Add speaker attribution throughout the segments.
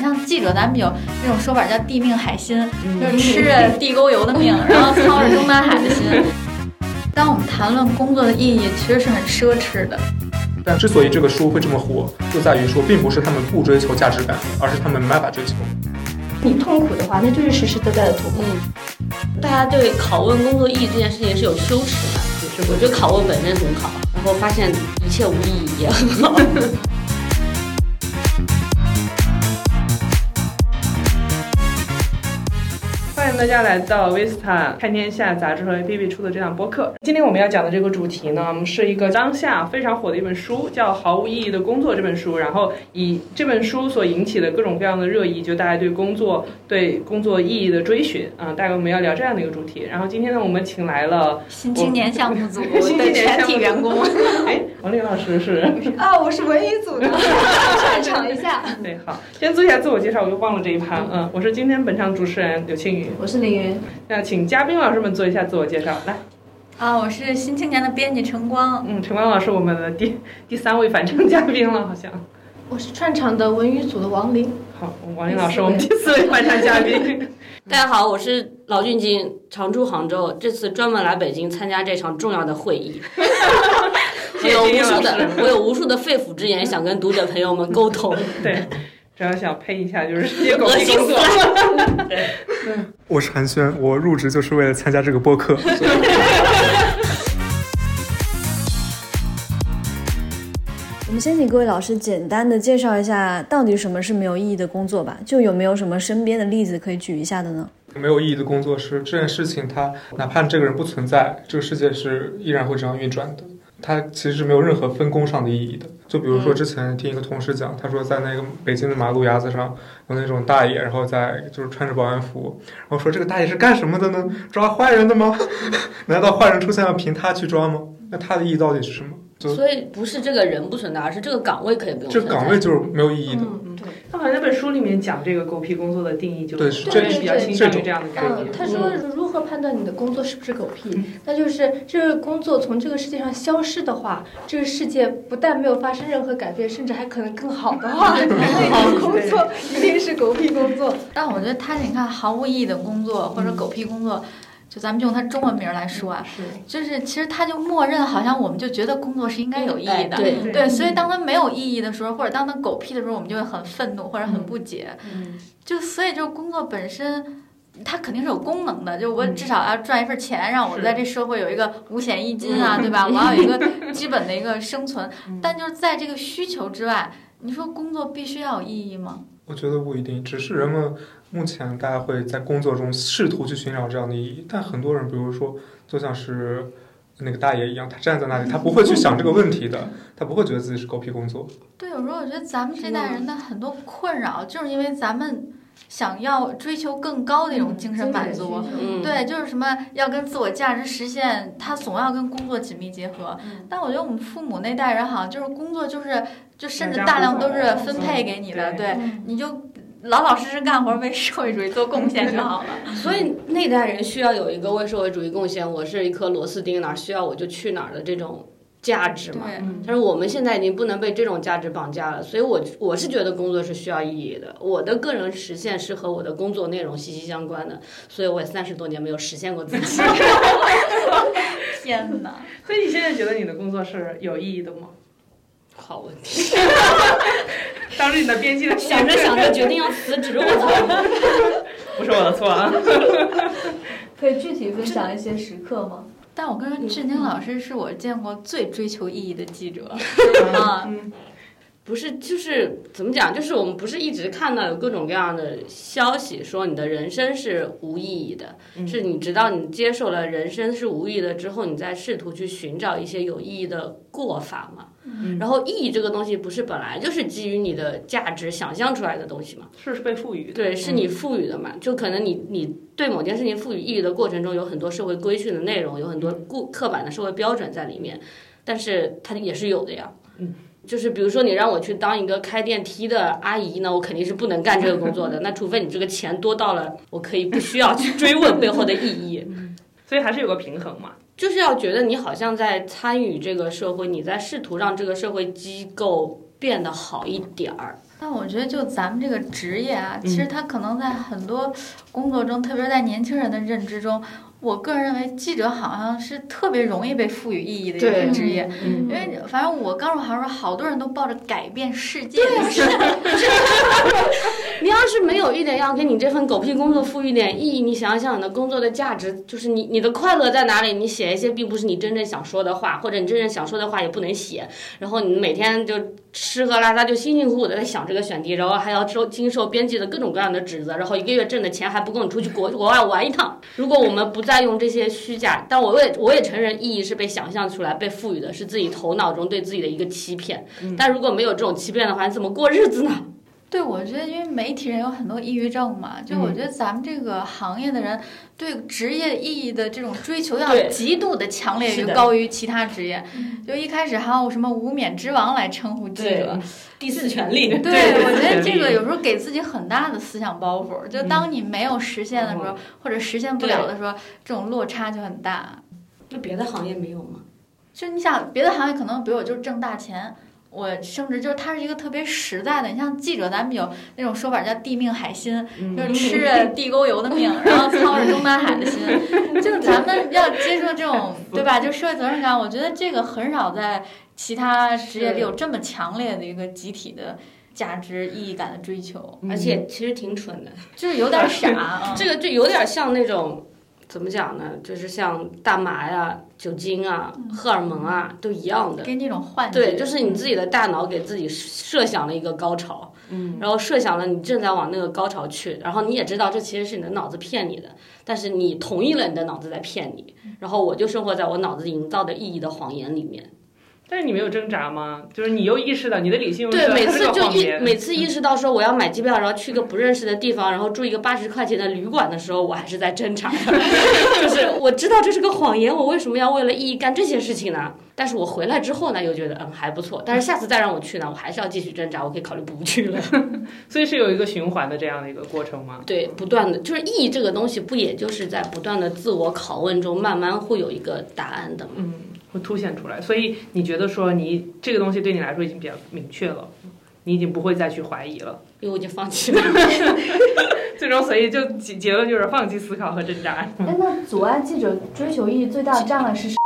Speaker 1: 像记者咱们有那种说法叫“地命海心”，
Speaker 2: 嗯
Speaker 1: 就是吃着地沟油的 命，然后操着中南海的心。当我们谈论工作的意义，其实是很奢侈的。
Speaker 3: 但之所以这个书会这么火，就在于说，并不是他们不追求价值感，而是他们没办法追求。
Speaker 2: 你痛苦的话，那就是实实在在的痛苦。
Speaker 4: 大家对拷问工作意义这件事情是有羞耻感，就是我觉得拷问本身很好，然后发现一切无意义也很好。
Speaker 5: 欢迎大家来到 Vista 看天下杂志和 APP 出的这档播客。今天我们要讲的这个主题呢，是一个当下非常火的一本书，叫《毫无意义的工作》这本书。然后以这本书所引起的各种各样的热议，就大家对工作、对工作意义的追寻啊、大概我们要聊这样的一个主题。然后今天呢，我们请来了
Speaker 1: 新青年项目组
Speaker 5: 新青
Speaker 1: 的
Speaker 5: 年
Speaker 1: 全
Speaker 5: 项目组
Speaker 1: 体员工
Speaker 5: 哎，王林老师是
Speaker 2: 啊，我是文艺组的，
Speaker 1: 擅长一下，
Speaker 5: 对，好，先做一下自我介绍，我又忘了这一趴。嗯，我是今天本场主持人刘庆宇。
Speaker 2: 我是凌云。
Speaker 5: 那请嘉宾老师们做一下自我介绍，来。
Speaker 1: 啊，我是新青年的编辑晨光，
Speaker 5: 嗯，陈光老师，我们的第第三位返场嘉宾了，好像。
Speaker 2: 我是串场的文娱组的王林。
Speaker 5: 好，王林老师，我们第四位返场嘉宾。
Speaker 4: 大家好，我是老俊金，常驻杭州，这次专门来北京参加这场重要的会议。 我有无数的，我有无数的肺腑之言想跟读者朋友们沟通。
Speaker 5: 对，主要想配一下就是世界狗
Speaker 4: 恶
Speaker 5: 屁
Speaker 4: 心
Speaker 5: 工
Speaker 4: 死
Speaker 5: 作。
Speaker 4: 了！
Speaker 3: 我是韩轩，我入职就是为了参加这个播客。
Speaker 6: 我们先请各位老师简单的介绍一下，到底什么是没有意义的工作吧？就有没有什么身边的例子可以举一下的呢？
Speaker 3: 没有意义的工作是这件事情它，哪怕这个人不存在，这个世界是依然会这样运转的。它其实是没有任何分工上的意义的。就比如说之前听一个同事讲，他说在那个北京的马路牙子上有那种大爷，然后在就是穿着保安服，然后说这个大爷是干什么的呢？抓坏人的吗？ 难道坏人出现要凭他去抓吗？那他的意义到底是什么？就
Speaker 4: 所以不是这个人不存在，而是这个岗位可以不用
Speaker 3: 这
Speaker 4: 存
Speaker 3: 个
Speaker 4: 在。
Speaker 3: 岗位就是没有意义的。
Speaker 2: 嗯，对。
Speaker 5: 他好像那本书里面讲这个狗屁工作的定义，就
Speaker 3: 对
Speaker 5: 是
Speaker 3: 这
Speaker 5: 比较倾向于
Speaker 3: 这
Speaker 5: 这样的概
Speaker 2: 嗯
Speaker 5: 念，。
Speaker 2: 他说如何判断你的工作是不是狗屁？那就是这个工作从这个世界上消失的话，这个世界不但没有发生任何改变，甚至还可能更好的话，那个工作一定是狗屁工作。
Speaker 1: 但我觉得他你看毫无意义的工作或
Speaker 2: 嗯
Speaker 1: 者狗屁工作，就咱们用他中文名来说啊，
Speaker 5: 是
Speaker 1: 就是其实他就默认好像我们就觉得工作是应该有意义的，
Speaker 4: 哎对
Speaker 1: 对，所
Speaker 5: 嗯
Speaker 1: 以当它没有意义的时候，或者当它狗屁的时候，我们就会很愤怒或者很不解。
Speaker 5: 嗯
Speaker 1: 就所以，就工作本身，它肯定是有功能的。就我至少要赚一份钱，让我
Speaker 5: 嗯是嗯
Speaker 1: 在这社会有一个五险一金啊，对吧？我要有一 个基本的一个生存。但就是在这个需求之外，你说工作必须要有意义吗？
Speaker 3: 我觉得不一定，只是人们目前大家会在工作中试图去寻找这样的意义，但很多人，比如说，就像是那个大爷一样，他站在那里，他不会去想这个问题的，他不会觉得自己是狗屁工作。
Speaker 1: 对，有时候我觉得咱们这代人的很多困扰，就是因为咱们想要追求更高的一种精神满足。
Speaker 4: 嗯，
Speaker 1: 对，就是什么要跟自我价值实现，它总要跟工作紧密结合。
Speaker 6: 嗯
Speaker 1: 但我觉得我们父母那代人好像就是工作就是就甚至
Speaker 5: 家
Speaker 1: 大
Speaker 5: 务
Speaker 1: 量都
Speaker 5: 活
Speaker 1: 是
Speaker 5: 儿
Speaker 1: 分
Speaker 5: 嗯
Speaker 1: 配给你的，
Speaker 5: 对
Speaker 1: 对，
Speaker 6: 嗯
Speaker 1: 你就老老实实干活儿， 为社会主义做 贡献就好了。
Speaker 4: 所以那代人需要有一个为社会主义贡献，我是一颗螺丝钉，哪儿需要我就去哪儿的这种价值嘛。
Speaker 1: 对，
Speaker 6: 嗯
Speaker 4: 但是我们现在已经不能被这种价值绑架了，所以我我是觉得工作是需要意义的。我的个人实现是和我的工作内容息息相关的，所以我也三十多年没有实现过自己。
Speaker 1: 天哪！
Speaker 5: 所以你现在觉得你的工作是有意义的吗？
Speaker 4: 好问题，
Speaker 5: 当时你的编辑的
Speaker 4: 想着想着决定要辞职，我操！
Speaker 5: 不是我的错啊。
Speaker 6: 可以具体分享一些时刻吗？嗯
Speaker 1: 但我跟你说，志宁老师是我见过最追求意义的记 者啊！
Speaker 5: 嗯，
Speaker 4: 不是，就是怎么讲？就是我们不是一直看到有各种各样的消息说你的人生是无意义的，
Speaker 5: 嗯
Speaker 4: 是你直到你接受了人生是无意义的之后，你再试图去寻找一些有意义的过法嘛。
Speaker 5: 嗯
Speaker 4: 然后意义这个东西不是本来就是基于你的价值想象出来的东西嘛？
Speaker 5: 是被赋予的。嗯
Speaker 4: 对，是你赋予的嘛？就可能你你对某件事情赋予意义的过程中，有很多社会规训的内容，有很多固刻板的社会标准在里面，但是它也是有的呀。
Speaker 5: 嗯，
Speaker 4: 就是比如说你让我去当一个开电梯的阿姨呢，我肯定是不能干这个工作的。那除非你这个钱多到了，我可以不需要去追问背后的意义。
Speaker 5: 所以还是有个平衡嘛。
Speaker 4: 就是要觉得你好像在参与这个社会，你在试图让这个社会机构变得好一点儿。
Speaker 1: 但我觉得，就咱们这个职业啊，其实它可能在很多工作中，特别是在年轻人的认知中，我个人认为记者好像是特别容易被赋予意义的一
Speaker 7: 对
Speaker 1: 个职业。
Speaker 7: 嗯，
Speaker 1: 因为反正我刚入行的时候，好多人都抱着改变世界的心
Speaker 4: 你要是没有一点要给你这份狗屁工作赋予点意义，你想想你的工作的价值，就是你你的快乐在哪里？你写一些并不是你真正想说的话，或者你真正想说的话也不能写，然后你每天就吃喝拉撒就辛辛苦苦的在想这个选题，然后还要受经受编辑的各种各样的指责，然后一个月挣的钱还不够你出去国国外玩一趟。如果我们不再用这些虚假，但我也我也承认意义是被想象出来、被赋予的，是自己头脑中对自己的一个欺骗。但如果没有这种欺骗的话，你怎么过日子呢？
Speaker 1: 对，我觉得因为媒体人有很多抑郁症嘛，就我觉得咱们这个行业的人对职业意义的这种追求要
Speaker 4: 对
Speaker 1: 极度的强烈，
Speaker 5: 是
Speaker 1: 就
Speaker 5: 的
Speaker 1: 高于其他职业。就一开始还有什么无冕之王来称呼记者，
Speaker 4: 第四 权利。
Speaker 1: 对
Speaker 5: 对
Speaker 1: 我觉得
Speaker 5: 自己
Speaker 1: 这个
Speaker 5: 的嗯利益
Speaker 1: 有时候给自己很大的思想包袱。就当你没有实现的时
Speaker 5: 嗯
Speaker 1: 候，或者实现不了的时候，这种落差就很大。
Speaker 4: 那别的行业没有吗？
Speaker 1: 就你想，别的行业可能比我就是挣大钱，我升职就是它是一个特别实在的。你像记者，咱们有那种说法叫“地命海薪”，
Speaker 5: 嗯
Speaker 1: 就是吃着地沟油的命，然后操着中南海的 心。就咱们要接受这种，对吧？就社会责任感，我觉得这个很少在其他职业里有这么强烈的一个集体的价值意义感的追求，
Speaker 5: 嗯
Speaker 4: 而且其实挺蠢的，
Speaker 1: 就是有点 傻。
Speaker 4: 这个就有点像那种。怎么讲呢？就是像大麻呀、酒精啊、荷尔蒙啊，都一样
Speaker 1: 嗯
Speaker 4: 的
Speaker 1: 嗯。给你一种幻觉，
Speaker 4: 对，就是你自己的大脑给自己设想了一个高潮，嗯，然后设想了你正在往那个高潮去，然后你也知道这其实是你的脑子骗你的，但是你同意了你的脑子在骗你，
Speaker 1: 嗯
Speaker 4: 然后我就生活在我脑子营造的意义的谎言里面。
Speaker 5: 但是你没有挣扎吗？就是你又意识到你的理性又
Speaker 4: 对，每
Speaker 5: 是
Speaker 4: 次
Speaker 5: 个
Speaker 4: 就
Speaker 5: 谎
Speaker 4: 意
Speaker 5: 言，
Speaker 4: 每次意识到说我要买机票，然后去一个不认识的地方，然后住一个八十块钱的旅馆的时候，我还是在挣 扎的， 就是我知道这是个谎言，我为什么要为了意义干这些事情呢？但是我回来之后呢，又觉得嗯还不错，但是下次再让我去呢，我还是要继续挣扎，我可以考虑不去了。
Speaker 5: 所以是有一个循环的这样的一个过程吗？
Speaker 4: 对，不断的就是意义这个东西，不也就是在不断的自我拷问中，慢慢会有一个答案的吗？
Speaker 5: 嗯会凸显出来。所以你觉得说你这个东西对你来说已经比较明确了，你已经不会再去怀疑了。
Speaker 4: 因为我已经放弃了。
Speaker 5: 最终，所以就结结论就是放弃思考和挣扎。
Speaker 7: 哎，那阻碍记者追求意义最大的障碍是什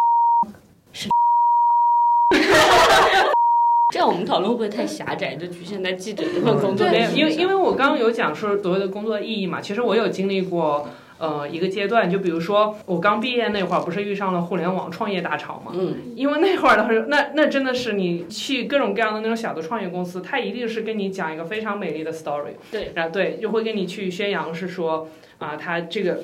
Speaker 4: 这样我们讨论会不会太狭窄，就局限在记者这份工作
Speaker 5: 嗯对，
Speaker 4: 里
Speaker 5: 没
Speaker 4: 面？
Speaker 5: 有，因为因为我刚刚有讲说所谓的工作意义嘛，其实我有经历过。呃，一个阶段，就比如说我刚毕业那会儿，不是遇上了互联网创业大潮嘛？
Speaker 4: 嗯。
Speaker 5: 因为那会儿的时候，那那真的是你去各种各样的那种小的创业公司，它一定是跟你讲一个非常美丽的 story，
Speaker 4: 对，
Speaker 5: 然后对，就会跟你去宣扬是说啊，它这个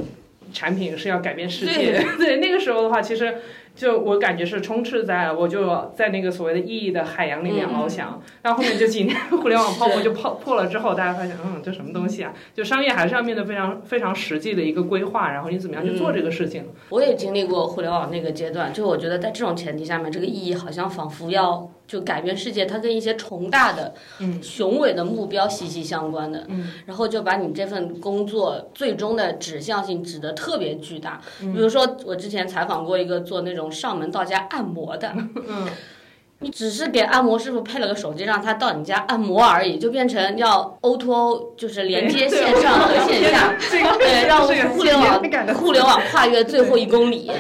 Speaker 5: 产品是要改变世界。 对那个时候的话，其实就我感觉是充斥在我就在那个所谓的意义的海洋里面翱翔。
Speaker 4: 嗯
Speaker 5: 但后面这几年互联网泡沫就泡破了之后，大家发现嗯，这什么东西啊？就商业还是要面对非常非常实际的一个规划，然后你怎么样去
Speaker 4: 嗯
Speaker 5: 做这个事情。
Speaker 4: 我也经历过互联网那个阶段，就我觉得在这种前提下面，这个意义好像仿佛要就改变世界，它跟一些宏大的、
Speaker 5: 嗯
Speaker 4: 雄伟的目标息息相关的。
Speaker 5: 嗯，
Speaker 4: 然后就把你这份工作最终的指向性指得特别巨大。
Speaker 5: 嗯
Speaker 4: 比如说，我之前采访过一个做那种上门到家按摩的，
Speaker 5: 嗯，
Speaker 4: 你只是给按摩师傅配了个手机，让他到你家按摩而已，就变成要 O to O，就是连接
Speaker 5: 对
Speaker 4: 线上和线下。
Speaker 5: 这个
Speaker 4: 对，让
Speaker 5: 这个
Speaker 4: 互联网
Speaker 5: 这个感的
Speaker 4: 互联网跨越最后一公里，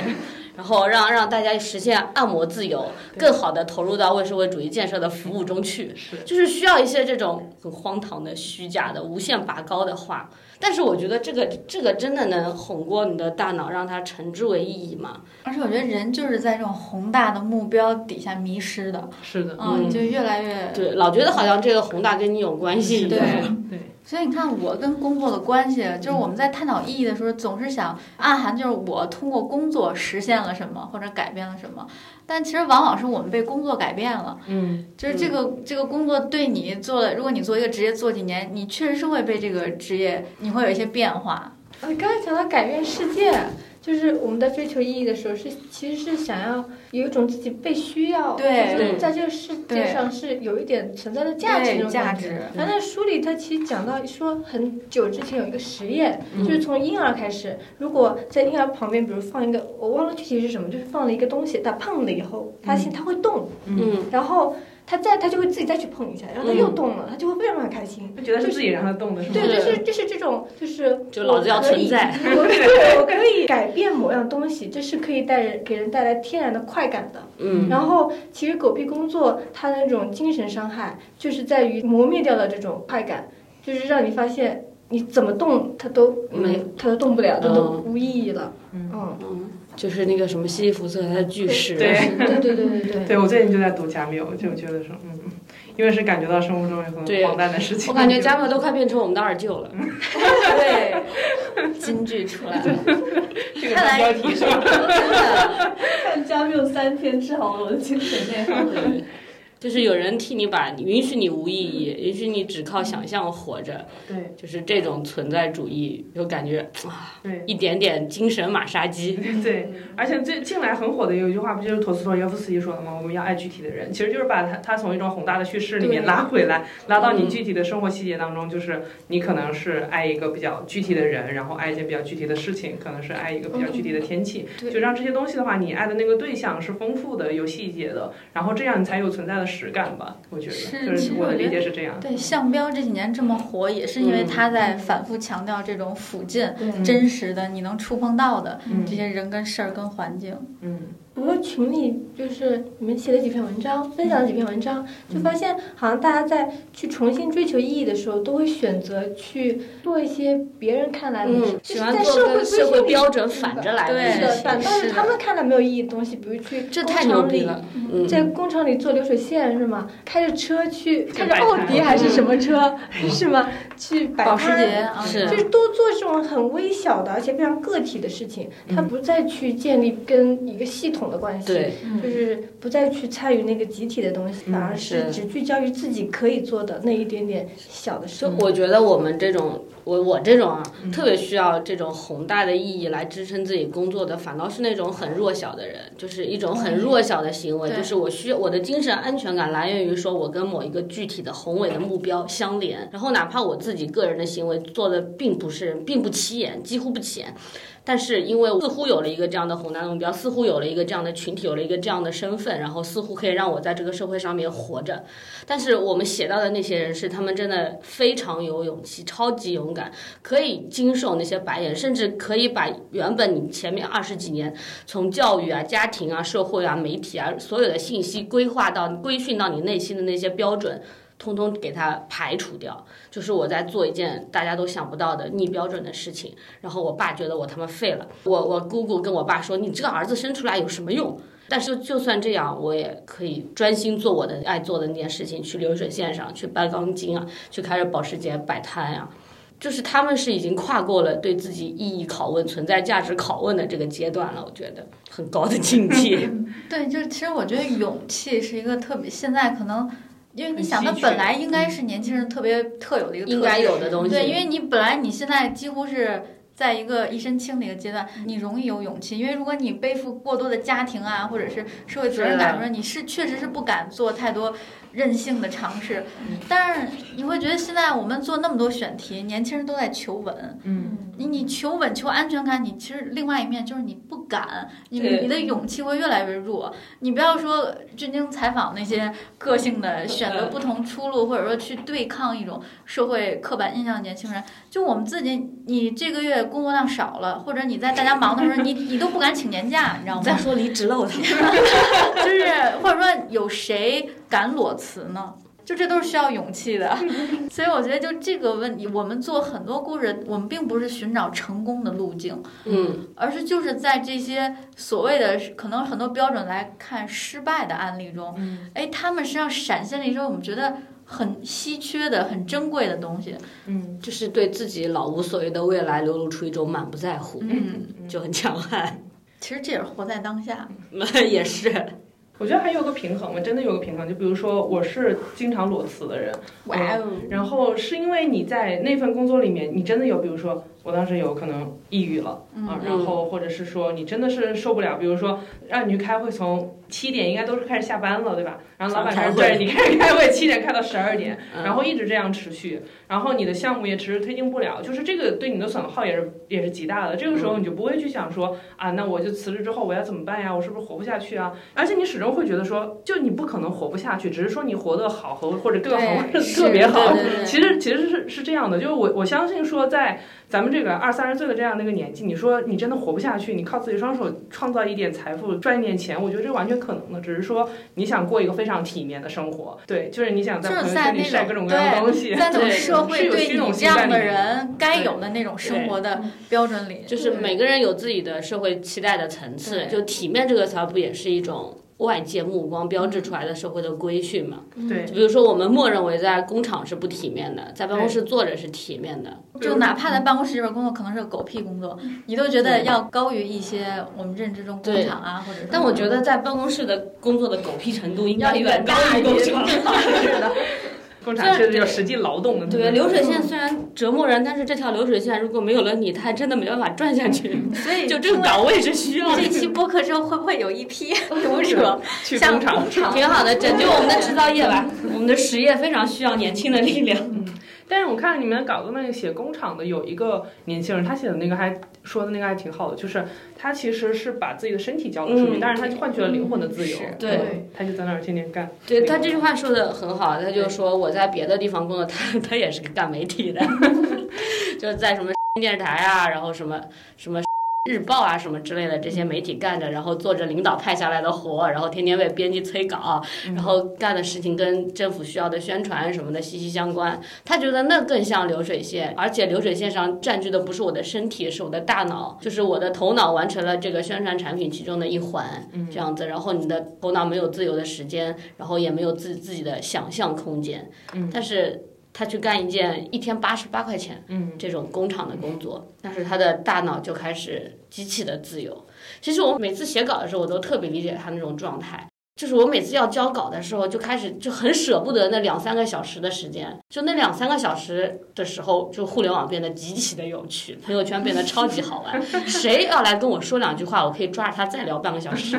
Speaker 4: 然后让让大家实现按摩自由，更好的投入到为社会主义建设的服务中去，就是需要一些这种很荒唐的、虚假的、无限拔高的话。但是我觉得这个这个真的能哄过你的大脑，让它称之为意义吗？
Speaker 1: 而且我觉得人就是在这种宏大的目标底下迷失的，
Speaker 5: 是的，
Speaker 1: 嗯，你就越来越
Speaker 4: 对，老觉得好像这个宏大跟你有关系一
Speaker 1: 对
Speaker 4: 样。
Speaker 5: 对。
Speaker 1: 所以你看，我跟工作的关系，就是我们在探讨意义的时候，总是想暗含就是我通过工作实现了什么，或者改变了什么。但其实往往是我们被工作改变了，
Speaker 5: 嗯，
Speaker 1: 就是这个这个工作对你做了，如果你做一个职业做几年，你确实是会被这个职业，你会有一些变化。
Speaker 2: 呃，刚才讲到改变世界，就是我们在追求意义的时候是，其实是想要有一种自己被需要，
Speaker 1: 对
Speaker 2: 就是
Speaker 4: 对
Speaker 2: 在这个世界
Speaker 1: 对
Speaker 2: 上是有一点存在的价值
Speaker 1: 对
Speaker 2: 这种
Speaker 1: 价
Speaker 2: 感觉
Speaker 1: 值
Speaker 2: 然后那书里他其实讲到说，很久之前有一个实验，
Speaker 4: 嗯
Speaker 2: 就是从婴儿开始，如果在婴儿旁边，比如放一个，
Speaker 1: 嗯
Speaker 2: 我忘了具体是什么，就是放了一个东西，他胖了以后，他现他会动，
Speaker 4: 嗯，
Speaker 2: 然后他再他就会自己再去碰一下，然后他又动了，他就会非常非常开心。
Speaker 5: 就觉得是自己让他动的，是吗？
Speaker 2: 对，
Speaker 4: 对
Speaker 2: 就是就是这种， 就是
Speaker 4: 就老子要存 在
Speaker 2: 我可以。我对我可以改变某样东西，这是可以带人给人带来天然的快感的。
Speaker 4: 嗯，
Speaker 2: 然后，其实狗屁工作它的那种精神伤害，就是在于磨灭掉了这种快感，就是让你发现你怎么动它都嗯
Speaker 4: 没
Speaker 2: 它都动不了，它都
Speaker 4: 嗯
Speaker 2: 无意义了。
Speaker 5: 嗯
Speaker 2: 嗯，
Speaker 4: 嗯，就是那个什么西西弗斯和他的巨石，
Speaker 5: 对
Speaker 2: 对对对 对对。
Speaker 5: 对我最近就在读加缪，就觉得说，嗯，因为是感觉到生活中有很多
Speaker 4: 对
Speaker 5: 荒诞的事情，
Speaker 4: 我感觉加缪都快变成我们的二舅了。
Speaker 1: 对，金句出来了。
Speaker 5: 这个
Speaker 1: 看来
Speaker 5: 标题是 吧？
Speaker 7: 看加缪三天治好我的精神内耗。嗯
Speaker 4: 对，就是有人替你把允许你无意义，允许你只靠想象活着，
Speaker 5: 对
Speaker 4: 就是这种存在主义，就感觉啊，
Speaker 5: 对
Speaker 4: 一点点精神马杀鸡。嗯
Speaker 2: 嗯
Speaker 5: 对，而且最近来很火的有一句话，不就是陀思妥耶夫斯基说的吗？我们要爱具体的人，其实就是把他他从一种宏大的叙事里面
Speaker 2: 对
Speaker 5: 拉回来，拉到你
Speaker 4: 嗯
Speaker 5: 具体的生活细节当中，就是你可能是爱一个比较具体的人，然后爱一件比较具体的事情，可能是爱一个比较具体的天气，
Speaker 2: 嗯对
Speaker 5: 就让这些东西的话，你爱的那个对象是丰富的、有细节的，然后这样你才有存在的实感吧？我觉
Speaker 1: 是
Speaker 5: 得，就
Speaker 1: 其
Speaker 5: 是
Speaker 1: 实
Speaker 5: 我的
Speaker 1: 我觉
Speaker 5: 理
Speaker 1: 得
Speaker 5: 解是这样。
Speaker 1: 对，项标这几年这么火，也是因为
Speaker 4: 嗯
Speaker 1: 他在反复强调这种附近、
Speaker 5: 嗯
Speaker 1: 真实的、你能触碰到的
Speaker 5: 嗯
Speaker 1: 这些人跟事儿跟环境。
Speaker 5: 嗯，
Speaker 2: 我们群里就是你们写了几篇文章，分享了几篇文章，就发
Speaker 5: 嗯
Speaker 2: 现好像大家在去重新追求意义的时候，都会选择去做一些别人看来
Speaker 4: 嗯，
Speaker 2: 就
Speaker 4: 喜
Speaker 2: 是
Speaker 4: 欢
Speaker 2: 在
Speaker 4: 做
Speaker 2: 社会
Speaker 4: 跟社会
Speaker 2: 规训里
Speaker 4: 标准反着来
Speaker 1: 对
Speaker 4: 的
Speaker 2: 是的
Speaker 4: 事，情，
Speaker 2: 反倒
Speaker 1: 是
Speaker 2: 是
Speaker 1: 的
Speaker 2: 他们看来没有意义的东西，比如去
Speaker 4: 这
Speaker 2: 工
Speaker 4: 太牛
Speaker 2: 厂
Speaker 4: 逼
Speaker 2: 里
Speaker 4: 了。嗯，
Speaker 2: 在工厂里做流水线是吗？开着车去，开着
Speaker 5: 摆摊
Speaker 2: 奥迪还是什么车是吗？去摆
Speaker 1: 保时
Speaker 2: 摊
Speaker 1: 捷
Speaker 5: 嗯
Speaker 1: 啊，
Speaker 4: 是
Speaker 2: 嗯就是都做这种很微小的，而且非常个体的事情，他
Speaker 5: 嗯
Speaker 2: 不再去建立跟一个系统的关系，
Speaker 4: 对，
Speaker 2: 就是不再去参与那个集体的东西，
Speaker 5: 嗯
Speaker 2: 反而是
Speaker 4: 是
Speaker 2: 只聚焦于自己可以做的那一点点小的事
Speaker 4: 就。我觉得我们这种，我我这种啊，
Speaker 5: 嗯
Speaker 4: 特别需要这种宏大的意义来支撑自己工作的，反倒是那种很弱小的人，就是一种很弱小的行为，
Speaker 1: 对
Speaker 4: 就是我需我的精神安全感来源于说我跟某一个具体的宏伟的目标相连，然后哪怕我自己个人的行为做的并不是并不起眼，几乎不起眼。但是因为似乎有了一个这样的宏大的目标，似乎有了一个这样的群体，有了一个这样的身份，然后似乎可以让我在这个社会上面活着，但是我们写到的那些人是他们真的非常有勇气，超级勇敢，可以经受那些白眼，甚至可以把原本你前面二十几年从教育啊、家庭啊、社会啊、媒体啊所有的信息规划到规训到你内心的那些标准。通通给它排除掉，就是我在做一件大家都想不到的逆标准的事情。然后我爸觉得我他妈废了，我我姑姑跟我爸说：“你这个儿子生出来有什么用？”但是就算这样，我也可以专心做我的爱做的那件事情，去流水线上，去搬钢筋啊，去开着保时捷摆摊啊。就是他们是已经跨过了对自己意义拷问、存在价值拷问的这个阶段了，我觉得很高的境 界。
Speaker 1: 对，就是其实我觉得勇气是一个特别现在可能，因为你
Speaker 5: 很
Speaker 1: 想，
Speaker 5: 稀
Speaker 1: 它
Speaker 5: 缺
Speaker 1: 本来应该是年轻人特别特有的一个特
Speaker 4: 嗯应该
Speaker 1: 质
Speaker 4: 有的东西
Speaker 1: 对，因为你本来你现在几乎是。在一个一身轻的一个阶段，你容易有勇气，因为如果你背负过多的家庭啊，或者是社会责任
Speaker 4: 是啊
Speaker 1: 感，
Speaker 4: 的
Speaker 1: 说你是确实是不敢做太多任性的尝试。
Speaker 4: 嗯
Speaker 1: 但是你会觉得现在我们做那么多选题，年轻人都在求稳，
Speaker 5: 嗯
Speaker 1: 你你求稳求安全感，你其实另外一面就是你不敢，你
Speaker 4: 对
Speaker 1: 你的勇气会越来越弱。你不要说震经采访那些个性的选择不同出路，或者说去对抗一种社会刻板印象的年轻人。就我们自己，你这个月工作量少了，或者你在大家忙的时候，你你都不敢请年假，你知道
Speaker 4: 再
Speaker 1: 吗？
Speaker 4: 说离职了，我操！
Speaker 1: 就是或者说有谁敢裸辞呢？就这都是需要勇气的， 所以我觉得就这个问题，我们做很多故事，我们并不是寻找成功的路径。
Speaker 4: 嗯，
Speaker 1: 而是就是在这些所谓的可能很多标准来看失败的案例中，
Speaker 5: 嗯
Speaker 1: 哎，他们身上闪现了一些我们觉得很稀缺的、很珍贵的东西。
Speaker 5: 嗯，
Speaker 4: 就是对自己老无所谓的未来流露出一种满不在乎，
Speaker 1: 嗯，
Speaker 4: 就很强悍。
Speaker 1: 其实这也是活在当下。
Speaker 4: 也是，
Speaker 5: 我觉得还有个平衡，真的有个平衡。就比如说，我是经常裸辞的人，哇
Speaker 1: 哦！
Speaker 5: 然后是因为你在那份工作里面，你真的有，比如说我当时有可能抑郁了啊，
Speaker 1: 嗯，
Speaker 5: 然后或者是说你真的是受不了，比如说让你去开会，从七点应该都是开始下班了，对吧？然后老板开始
Speaker 4: 从开会
Speaker 5: 对你开始开会，七点开到十二点，
Speaker 4: 嗯
Speaker 5: 然后一直这样持续，然后你的项目也迟迟推进不了，就是这个对你的损耗也是也是极大的。这个时候你就不会去想说啊，那我就辞职之后我要怎么办呀？我是不是活不下去啊？而且你始终会觉得说，就你不可能活不下去，只是说你活得好和或者更好或者特别好。
Speaker 1: 对对对
Speaker 5: 其实其实是是这样的，就是我我相信说，在咱们这个二三十岁的这样的一个年纪，你说你真的活不下去，你靠自己双手创造一点财富，赚一点钱，我觉得这完全可能的。只是说你想过一个非常体面的生活，对，就是你想在
Speaker 1: 就是
Speaker 5: 朋友
Speaker 1: 在
Speaker 5: 圈里
Speaker 1: 那
Speaker 5: 晒
Speaker 1: 种
Speaker 5: 各种各样的
Speaker 1: 对
Speaker 5: 东西，
Speaker 1: 在那种
Speaker 4: 对
Speaker 1: 社
Speaker 5: 是
Speaker 1: 会
Speaker 5: 有
Speaker 1: 对
Speaker 5: 虚荣
Speaker 1: 你
Speaker 5: 心
Speaker 1: 这样
Speaker 5: 在
Speaker 1: 的
Speaker 5: 里面
Speaker 1: 人该有的那种生活的
Speaker 5: 嗯
Speaker 1: 标准里，
Speaker 4: 就是每个人有自己的社会期待的层次
Speaker 1: 对，
Speaker 4: 就体面这个词儿不也是一种外界目光标志出来的社会的规训嘛？
Speaker 5: 对
Speaker 4: 就比如说我们默认为在工厂是不体面的，在办公室坐着是体面的，
Speaker 1: 就哪怕在办公室这份工作可能是个狗屁工作，你都觉得要高于一些我们认知中工
Speaker 4: 对
Speaker 1: 厂啊或者什么。
Speaker 4: 但我觉得在办公室的工作的狗屁程度应
Speaker 1: 要
Speaker 4: 该远高
Speaker 1: 大
Speaker 4: 于
Speaker 1: 于
Speaker 4: 工厂。
Speaker 5: 工厂确实有实际劳动的那种。
Speaker 4: 对，流水线虽然折磨人，但是这条流水线如果没有了你，它还真的没办法转下 去。
Speaker 1: 所以
Speaker 4: 就这个岗位是需要
Speaker 1: 这
Speaker 4: 的。
Speaker 1: 期播客之后会不会有一 批读者
Speaker 5: 去
Speaker 1: 像
Speaker 5: 工
Speaker 1: 工
Speaker 5: 厂。
Speaker 1: 厂？
Speaker 4: 挺好的，拯救我们的制造业吧。我们的实业非常需要年轻的力量。
Speaker 5: 但是我看你们稿子那个写工厂的有一个年轻人，他写的那个还说的那个还挺好的，就是他其实是把自己的身体交给出去，
Speaker 4: 嗯
Speaker 5: 但是他就换取了灵魂的自由
Speaker 1: 是。
Speaker 4: 对
Speaker 5: 嗯，他就在那儿天天干。
Speaker 4: 对他这句话说的很好，他就说我在别的地方工作，他他也是个干媒体的， 就是在什么电视台啊，然后什么什么日报啊什么之类的这些媒体干着，然后做着领导派下来的活，然后天天为编辑催稿，
Speaker 5: 嗯
Speaker 4: 嗯然后干的事情跟政府需要的宣传什么的息息相关。他觉得那更像流水线，而且流水线上占据的不是我的身体，是我的大脑，就是我的头脑完成了这个宣传产品其中的一环，这样子。然后你的头脑没有自由的时间，然后也没有自自己的想象空间。但是他去干一件一天八十八块钱，
Speaker 5: 嗯，
Speaker 4: 这种工厂的工作，但是他的大脑就开始机器的自由。其实我每次写稿的时候，我都特别理解他那种状态。就是我每次要交稿的时候，就开始就很舍不得那两三个小时的时间。就那两三个小时的时候，就互联网变得极其的有趣，朋友圈变得超级好玩。 谁要来跟我说两句话，我可以抓着他再聊半个小时。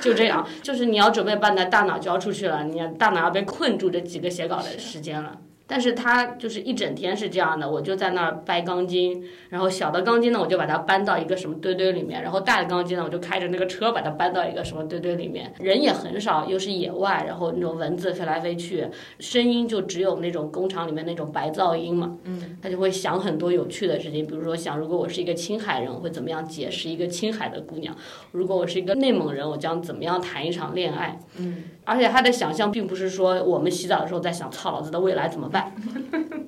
Speaker 4: 就这样，就是你要准备把你的大脑交出去了，你的大脑要被困住这几个写稿的时间了。但是他就是一整天是这样的，我就在那儿掰钢筋，然后小的钢筋呢，我就把它搬到一个什么堆堆里面，然后大的钢筋呢，我就开着那个车把它搬到一个什么堆堆里面。人也很少，又是野外，然后那种蚊子飞来飞去，声音就只有那种工厂里面那种白噪音嘛。嗯，他就会想很多有趣的事情，比如说想，如果我是一个青海人，我会怎么样解释一个青海的姑娘？如果我是一个内蒙人，我将怎么样谈一场恋爱？嗯，而且他的想象并不是说我们洗澡的时候在想操老子的未来怎么办，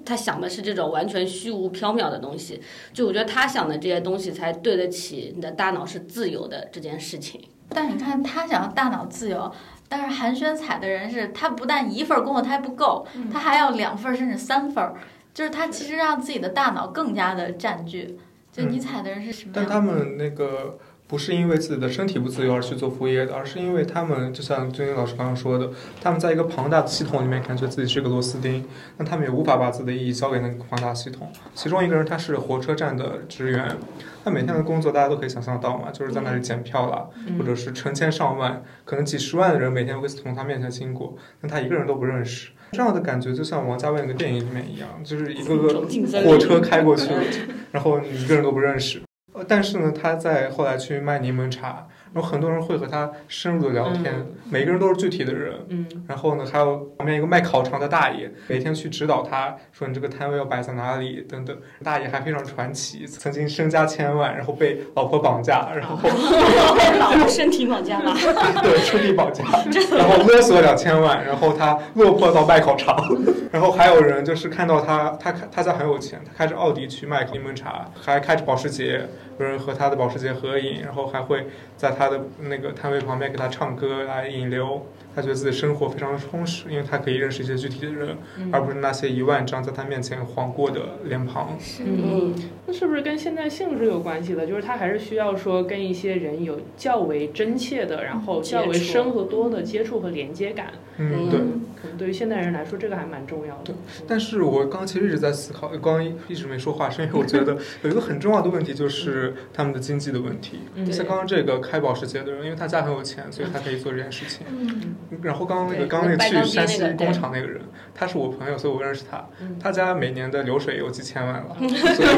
Speaker 4: 他想的是这种完全虚无缥缈的东西。就我觉得他想的这些东西才对得起你的大脑是自由的这件事情。
Speaker 1: 但你看他想要大脑自由，但是韩宣采的人是他不但一份工作他还不够，他还要两份儿甚至三份儿，就是他其实让自己的大脑更加的占据。就
Speaker 3: 嗯
Speaker 1: 你采的人是什么
Speaker 3: 但
Speaker 1: 样？
Speaker 3: 他们那个不是因为自己的身体不自由而去做副业的，而是因为他们就像最近老师刚刚说的，他们在一个庞大的系统里面感觉自己是个螺丝钉，那他们也无法把自己的意义交给那个庞大系统。其中一个人他是火车站的职员，他每天的工作大家都可以想象到嘛，就是在那里检票啦，或者是成千上万，可能几十万的人每天会从他面前经过，但他一个人都不认识。这样的感觉就像王家卫那个电影里面一样，就是一个个
Speaker 4: 种竞争力
Speaker 3: 呃火 车开过去，然后你一个人都不认识。呃，但是呢，他在后来去卖柠檬茶，然后很多人会和他深入的聊天，每个人都是具体的人。
Speaker 5: 嗯，
Speaker 3: 然后呢，还有旁边一个卖烤肠的大爷，每天去指导他说你这个摊位要摆在哪里等等。大爷还非常传奇，曾经身家千万，然后被老婆绑架，然后
Speaker 4: 老婆身体绑架吧，
Speaker 3: 对出力绑架，然后勒索两千万，然后他落魄到卖烤肠。然后还有人就是看到他，他开他家很有钱，他开着奥迪去卖柠檬茶，还开着保时捷，有人和他的保时捷合影，然后还会在他的那个摊位旁边给他唱歌来引流。他觉得自己生活非常充实，因为他可以认识一些具体的人，而不是那些一万张在他面前晃过的脸庞。
Speaker 4: 嗯，
Speaker 5: 那是不是跟现在性质有关系的？就是他还是需要说跟一些人有较为真切的，然后较为
Speaker 4: 接触
Speaker 5: 深和多的接触和连接感。
Speaker 3: 嗯，
Speaker 4: 嗯
Speaker 3: 对。
Speaker 5: 对于现代人来说，这个还蛮重要的。
Speaker 3: 对但是我刚其实一直在思考，呃刚一一直没说话，是因为我觉得有一个很重要的问题就是他们的经济的问题。
Speaker 5: 嗯
Speaker 3: 像刚刚这个开保时捷的人，因为他家很有钱，所以他可以做这件事情。
Speaker 7: 嗯，
Speaker 3: 然后刚刚那个
Speaker 4: 对
Speaker 3: 刚刚那个
Speaker 4: 白钢
Speaker 3: 去
Speaker 4: 筋
Speaker 3: 山
Speaker 4: 那
Speaker 3: 西
Speaker 4: 个对
Speaker 3: 工厂那个人，他是我朋友，所以我认识他
Speaker 5: 嗯。
Speaker 3: 他家每年的流水有几千万了，所以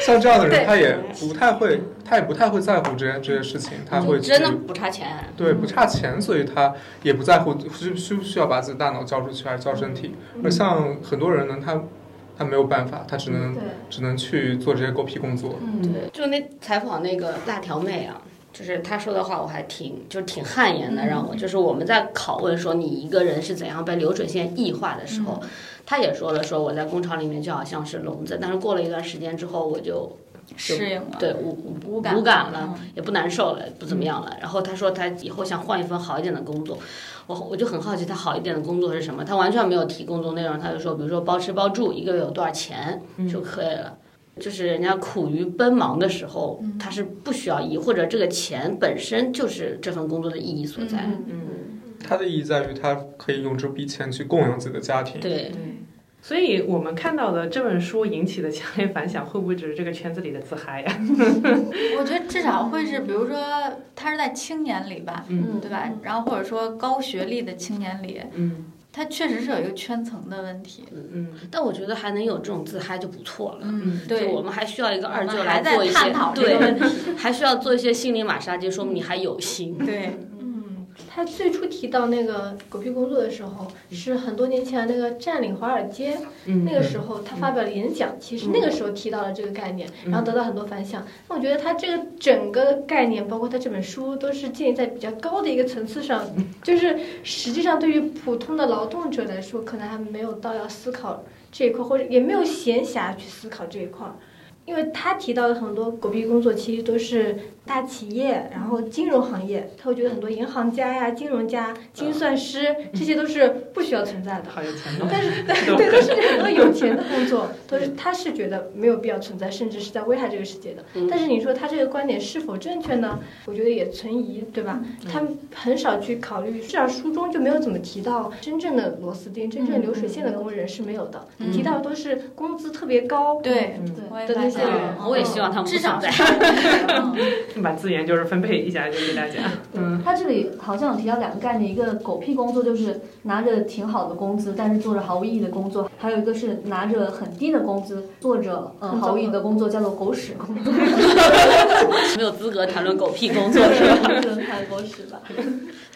Speaker 3: 像这样的人，他也不太会，他也不太会在乎这件这些事情，他会
Speaker 4: 就
Speaker 3: 去
Speaker 4: 嗯真的不差钱。
Speaker 3: 对，不差钱，所以他也不在乎需需不需要把自己大脑交出去还是交身体。
Speaker 2: 嗯
Speaker 3: 而像很多人呢，他他没有办法，他只能
Speaker 7: 对，
Speaker 3: 只能去做这些狗屁工作。
Speaker 5: 嗯，
Speaker 4: 嗯对，就那采访那个辣条妹啊，就是她说的话，我还挺就挺汗颜的，让我就是我们在拷问说你一个人是怎样被流水线异化的时候，她也说了说我在工厂里面就好像是聋子，但是过了一段时间之后我就
Speaker 1: 适应了，
Speaker 4: 对无无
Speaker 1: 无感嗯
Speaker 4: 无感了，也不难受了，不怎么样了。然后他说他以后想换一份好一点的工作，我我就很好奇他好一点的工作是什么。他完全没有提工作内容，他就说比如说包吃包住，一个月有多少钱
Speaker 1: 嗯
Speaker 4: 就可以了。就是人家苦于奔忙的时候，
Speaker 1: 嗯
Speaker 4: 他是不需要意义，或者这个钱本身就是这份工作的意义所
Speaker 1: 嗯
Speaker 4: 在。
Speaker 3: 他的意义在于，他可以用这笔钱去供养自己的家庭。
Speaker 4: 对，
Speaker 5: 所以我们看到的这本书引起的强烈反响，会不会只是这个圈子里的自嗨啊呀？
Speaker 1: 我觉得至少会是，比如说他是在青年里吧，
Speaker 5: 嗯
Speaker 1: 对吧？然后或者说高学历的青年里，
Speaker 5: 嗯
Speaker 1: 他确实是有一个圈层的问题。
Speaker 5: 嗯
Speaker 4: 但我觉得还能有这种自嗨就不错了。
Speaker 1: 嗯，
Speaker 4: 就
Speaker 1: 对
Speaker 4: 我，们还需要一个二
Speaker 1: 我
Speaker 4: 舅
Speaker 1: 们还
Speaker 4: 来
Speaker 1: 在
Speaker 4: 做一些
Speaker 1: 探讨这个
Speaker 4: 对，
Speaker 1: 问题。
Speaker 4: 还需要做一些心理马杀鸡，说明你还有心。
Speaker 1: 对，
Speaker 2: 嗯，他最初提到那个狗屁工作的时候，是很多年前那个占领华尔街
Speaker 5: 嗯
Speaker 2: 那个时候，他发表了演讲，其实那个时候提到了这个概念，然后得到很多反响。那我觉得他这个整个概念，包括他这本书，都是建立在比较高的一个层次上，就是实际上对于普通的劳动者来说，可能还没有到要思考这一块，或者也没有闲暇去思考这一块。因为他提到的很多狗屁工作，其实都是大企业，然后金融行业，他会觉得很多银行家呀、金融家、精算师，这些都是不需要存在的。
Speaker 5: 好有钱哦。
Speaker 2: 但是对对，都是很多有钱的工作，都是他是觉得没有必要存在，甚至是在危害这个世界的。
Speaker 4: 嗯
Speaker 2: 但是你说他这个观点是否正确呢？我觉得也存疑，对吧？他很少去考虑，至少书中就没有怎么提到真正的螺丝钉、
Speaker 1: 嗯
Speaker 2: 真正流水线的工人是没有的，提到的都是工资特别高。
Speaker 1: 对
Speaker 5: 嗯，
Speaker 1: 我也
Speaker 2: 的那
Speaker 1: 发
Speaker 2: 些
Speaker 1: 现
Speaker 2: 人
Speaker 1: 了，
Speaker 4: 我也希望他们不
Speaker 1: 至少嗯
Speaker 4: 存 在。
Speaker 1: 是
Speaker 5: 把资源就是分配一下就给大家。嗯
Speaker 8: 他这里好像有提到两个概念，一个狗屁工作就是拿着挺好的工资，但是做着毫无意义的工作；还有一个是拿着很低的工资，做着呃
Speaker 2: 很糟
Speaker 8: 毫无意义的工作，叫做狗屎工作，
Speaker 4: 没有资格谈论狗屁 工作是吧？
Speaker 8: 不能看狗屎吧。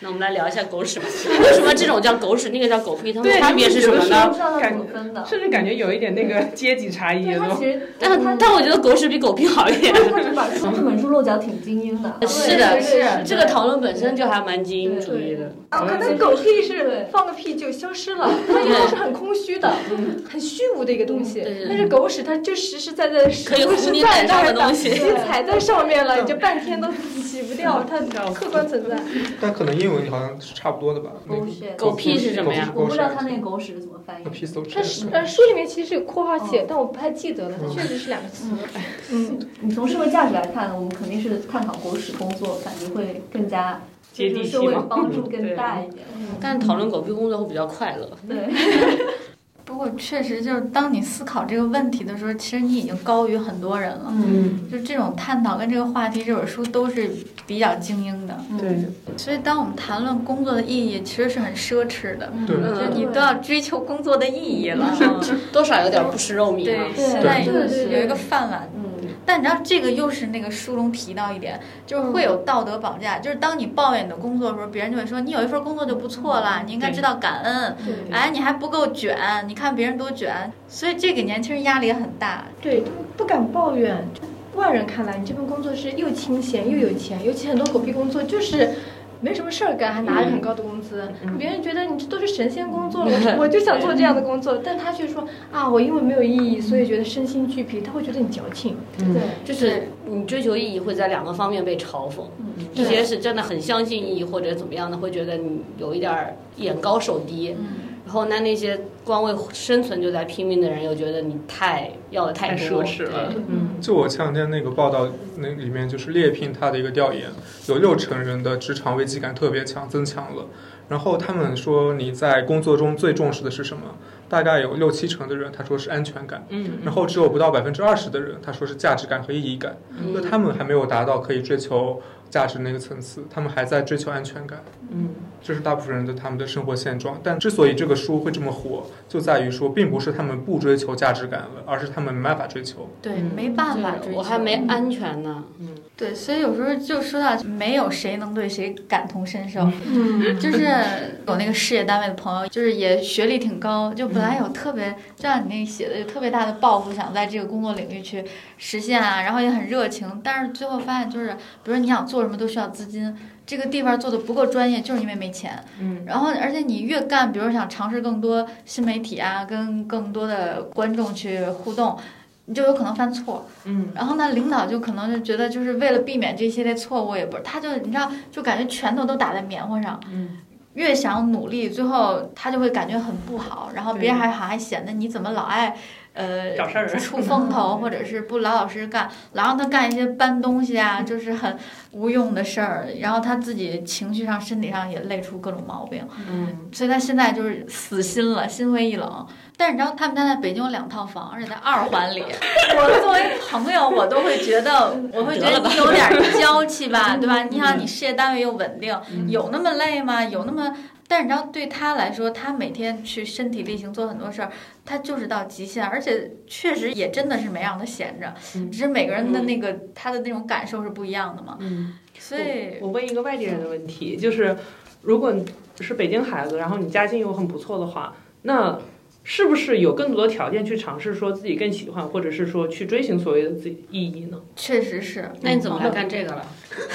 Speaker 4: 那我们来聊一下狗屎吧。为什么这种叫狗屎，那个叫狗屁？它们
Speaker 5: 对
Speaker 4: 差别是什么
Speaker 8: 我
Speaker 4: 呢？
Speaker 8: 不知道它怎么分的。
Speaker 5: 甚至感觉有一点那个阶级差异
Speaker 8: 对
Speaker 5: 了
Speaker 8: 他
Speaker 5: 都。
Speaker 8: 其实，
Speaker 4: 但
Speaker 8: 他
Speaker 4: 但我觉得狗屎比狗屁好一点。
Speaker 8: 他是把说这本书落脚挺精英的，
Speaker 4: 是的，是这个讨论本身就还蛮精英主义的。
Speaker 2: 啊，可能狗屁是放个屁就消失了，它应该是很空虚的、
Speaker 8: 嗯
Speaker 2: 很虚无的一个东西
Speaker 4: 对对。对
Speaker 2: 但是狗屎它就实实在在的，
Speaker 4: 可以糊
Speaker 2: 实
Speaker 4: 你
Speaker 2: 在
Speaker 4: 脸上
Speaker 2: 在
Speaker 4: 的东西
Speaker 2: 你踩在上面了，你就半天都洗不
Speaker 8: 嗯
Speaker 2: 掉，它客观存在。
Speaker 3: 但可能英文好像是差不多的吧？那个
Speaker 8: bullshit
Speaker 4: 狗屁是什么呀
Speaker 8: 我不知道他那个狗屎是怎么翻译
Speaker 3: 个。piece of
Speaker 2: 它是
Speaker 3: shit
Speaker 2: 呃书里面其实有括
Speaker 5: 嗯
Speaker 2: 号写，但我不太记得了，它确实是两个词。嗯，
Speaker 8: 你从社会价值来看，我们肯定是探讨狗屎工作，感觉会更加
Speaker 5: 接地
Speaker 8: 就是
Speaker 5: 气
Speaker 8: 社会
Speaker 5: 嘛
Speaker 8: 帮助更大一点。
Speaker 4: 但讨论狗屁工作会比较快乐。
Speaker 8: 对，
Speaker 1: 不过确实就是，当你思考这个问题的时候，其实你已经高于很多人了。
Speaker 5: 嗯，
Speaker 1: 就这种探讨跟这个话题，这本书都是比较精英的。
Speaker 5: 对，
Speaker 1: 所以，当我们谈论工作的意义，其实是很奢侈的，
Speaker 3: 对，
Speaker 1: 就是
Speaker 4: 嗯，
Speaker 1: 你都要追求工作的意义了。
Speaker 4: 多少有点不吃肉糜
Speaker 1: 对，
Speaker 4: 啊。
Speaker 1: 现在
Speaker 8: 对对对
Speaker 1: 有一个饭碗。
Speaker 8: 嗯，
Speaker 1: 但你知道，这个又是那个书中提到一点，就是会有道德绑架。就是当你抱怨你的工作的时候，别人就会说你有一份工作就不错了，你应该知道感恩。
Speaker 2: 对
Speaker 1: 哎，你还不够卷，你看别人多卷，所以这给年轻人压力也很大。
Speaker 2: 对，不敢抱怨。外人看来，你这份工作是又清闲又有钱，尤其很多狗屁工作就是。没什么事儿干，还拿着很高的工资，别人觉得你这都是神仙工作了，我我就想做这样的工作，但他却说啊，我因为没有意义，所以觉得身心俱疲，他会觉得你矫情。
Speaker 8: 对，
Speaker 4: 就是你追求意义会在两个方面被嘲讽，一些是真的很相信意义或者怎么样的，会觉得你有一点儿眼高手低，
Speaker 1: 嗯
Speaker 4: 然后那那些光为生存就在拼命的人，又觉得你太要的太
Speaker 5: 太
Speaker 4: 多，
Speaker 5: 奢侈了
Speaker 4: 对。
Speaker 5: 嗯
Speaker 3: 就我前两天那个报道，那里面就是猎聘他的一个调研，有六成人的职场危机感特别强，增强了。然后他们说你在工作中最重视的是什么？大概有六七成的人他说是安全感，
Speaker 5: 嗯，
Speaker 3: 然后只有不到百分之二十的人他说是价值感和意义感，就他们还没有达到可以追求价值那个层次，他们还在追求安全感。
Speaker 5: 嗯
Speaker 3: 这是大部分人的他们的生活现状。但之所以这个书会这么火，就在于说，并不是他们不追求价值感了，而是他们没办法追求。
Speaker 1: 对，
Speaker 5: 嗯
Speaker 1: 没办法追
Speaker 4: 对
Speaker 1: 求嗯
Speaker 4: 我还没安全呢。
Speaker 1: 对，所以有时候就说到没有谁能对谁感同身受，就是有那个事业单位的朋友，就是也学历挺高，就本来有特别就像你那写的有特别大的抱负，想在这个工作领域去实现啊，然后也很热情，但是最后发现就是，比如你想做什么都需要资金。这个地方做的不够专业，就是因为没钱。
Speaker 5: 嗯
Speaker 1: 然后，而且你越干，比如想尝试更多新媒体啊，跟更多的观众去互动，你就有可能犯错。
Speaker 5: 嗯
Speaker 1: 然后呢，领导就可能就觉得，就是为了避免这系列错误，也不是，他就你知道，就感觉拳头都打在棉花上，
Speaker 5: 嗯
Speaker 1: 越想努力，最后他就会感觉很不好，然后别人还好像显得你怎么老爱，呃，
Speaker 5: 找事儿
Speaker 1: 出风头，或者是不老老实实干，老让他干一些搬东西啊，就是很无用的事儿，然后他自己情绪上、身体上也累出各种毛病。
Speaker 5: 嗯
Speaker 1: 所以他现在就是死心了，心灰意冷。但是你知道他们家在北京有两套房，而且在二环 里。我作为朋友，我都会觉得，我会觉得你有点娇气吧，对吧？你想，你事业单位又稳定，
Speaker 5: 嗯
Speaker 1: 有那么累吗？有那么……但是你知道，对他来说，他每天去身体力行做很多事儿，他就是到极限，而且确实也真的是没让他闲着。
Speaker 5: 嗯
Speaker 1: 只是每个人的那个他的那种感受是不一样的嘛，
Speaker 5: 嗯。
Speaker 1: 所以
Speaker 5: 我问一个外地人的问题，就是如果你是北京孩子，然后你家境又很不错的话，那是不是有更多的条件去尝试说自己更喜欢，或者是说去追寻所谓的自己意义呢？
Speaker 1: 确实是。
Speaker 4: 那你怎么来干这个了？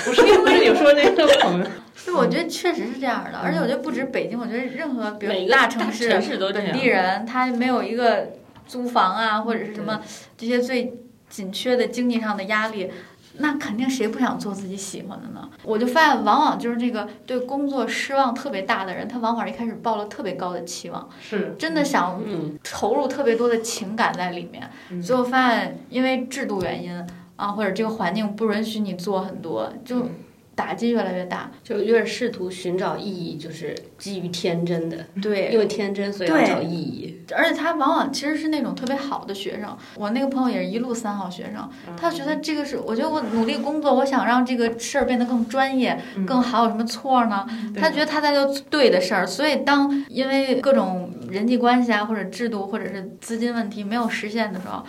Speaker 5: 不是，不是你说那个朋 友，
Speaker 1: 对，我觉得确实是这样的，而且我觉得不止北京，我觉得任何比如大城市
Speaker 4: 城市都这
Speaker 1: 本
Speaker 4: 样
Speaker 1: 地。人，他没有一个租房啊或者是什么这些最紧缺的经济上的压力。那肯定谁不想做自己喜欢的呢？我就发现，往往就是这个对工作失望特别大的人，他往往一开始抱了特别高的期望，
Speaker 5: 是
Speaker 1: 真的想
Speaker 4: 嗯，
Speaker 1: 投入特别多的情感在里面，
Speaker 5: 嗯
Speaker 1: 最后发现因为制度原因啊，或者这个环境不允许你做很多，就打击越来越大。
Speaker 4: 就越试图寻找意义，就是基于天真的，
Speaker 1: 对，
Speaker 4: 因为天真所以要
Speaker 1: 对
Speaker 4: 找意义。
Speaker 1: 而且他往往其实是那种特别好的学生，我那个朋友也是一路三好学生，
Speaker 5: 嗯
Speaker 1: 他觉得这个是，我觉得我努力工作，我想让这个事儿变得更专业、
Speaker 5: 嗯
Speaker 1: 更好，有什么错呢？
Speaker 5: 对
Speaker 1: 他觉得他在做对的事儿，所以当因为各种人际关系啊，或者制度，或者是资金问题没有实现的时候。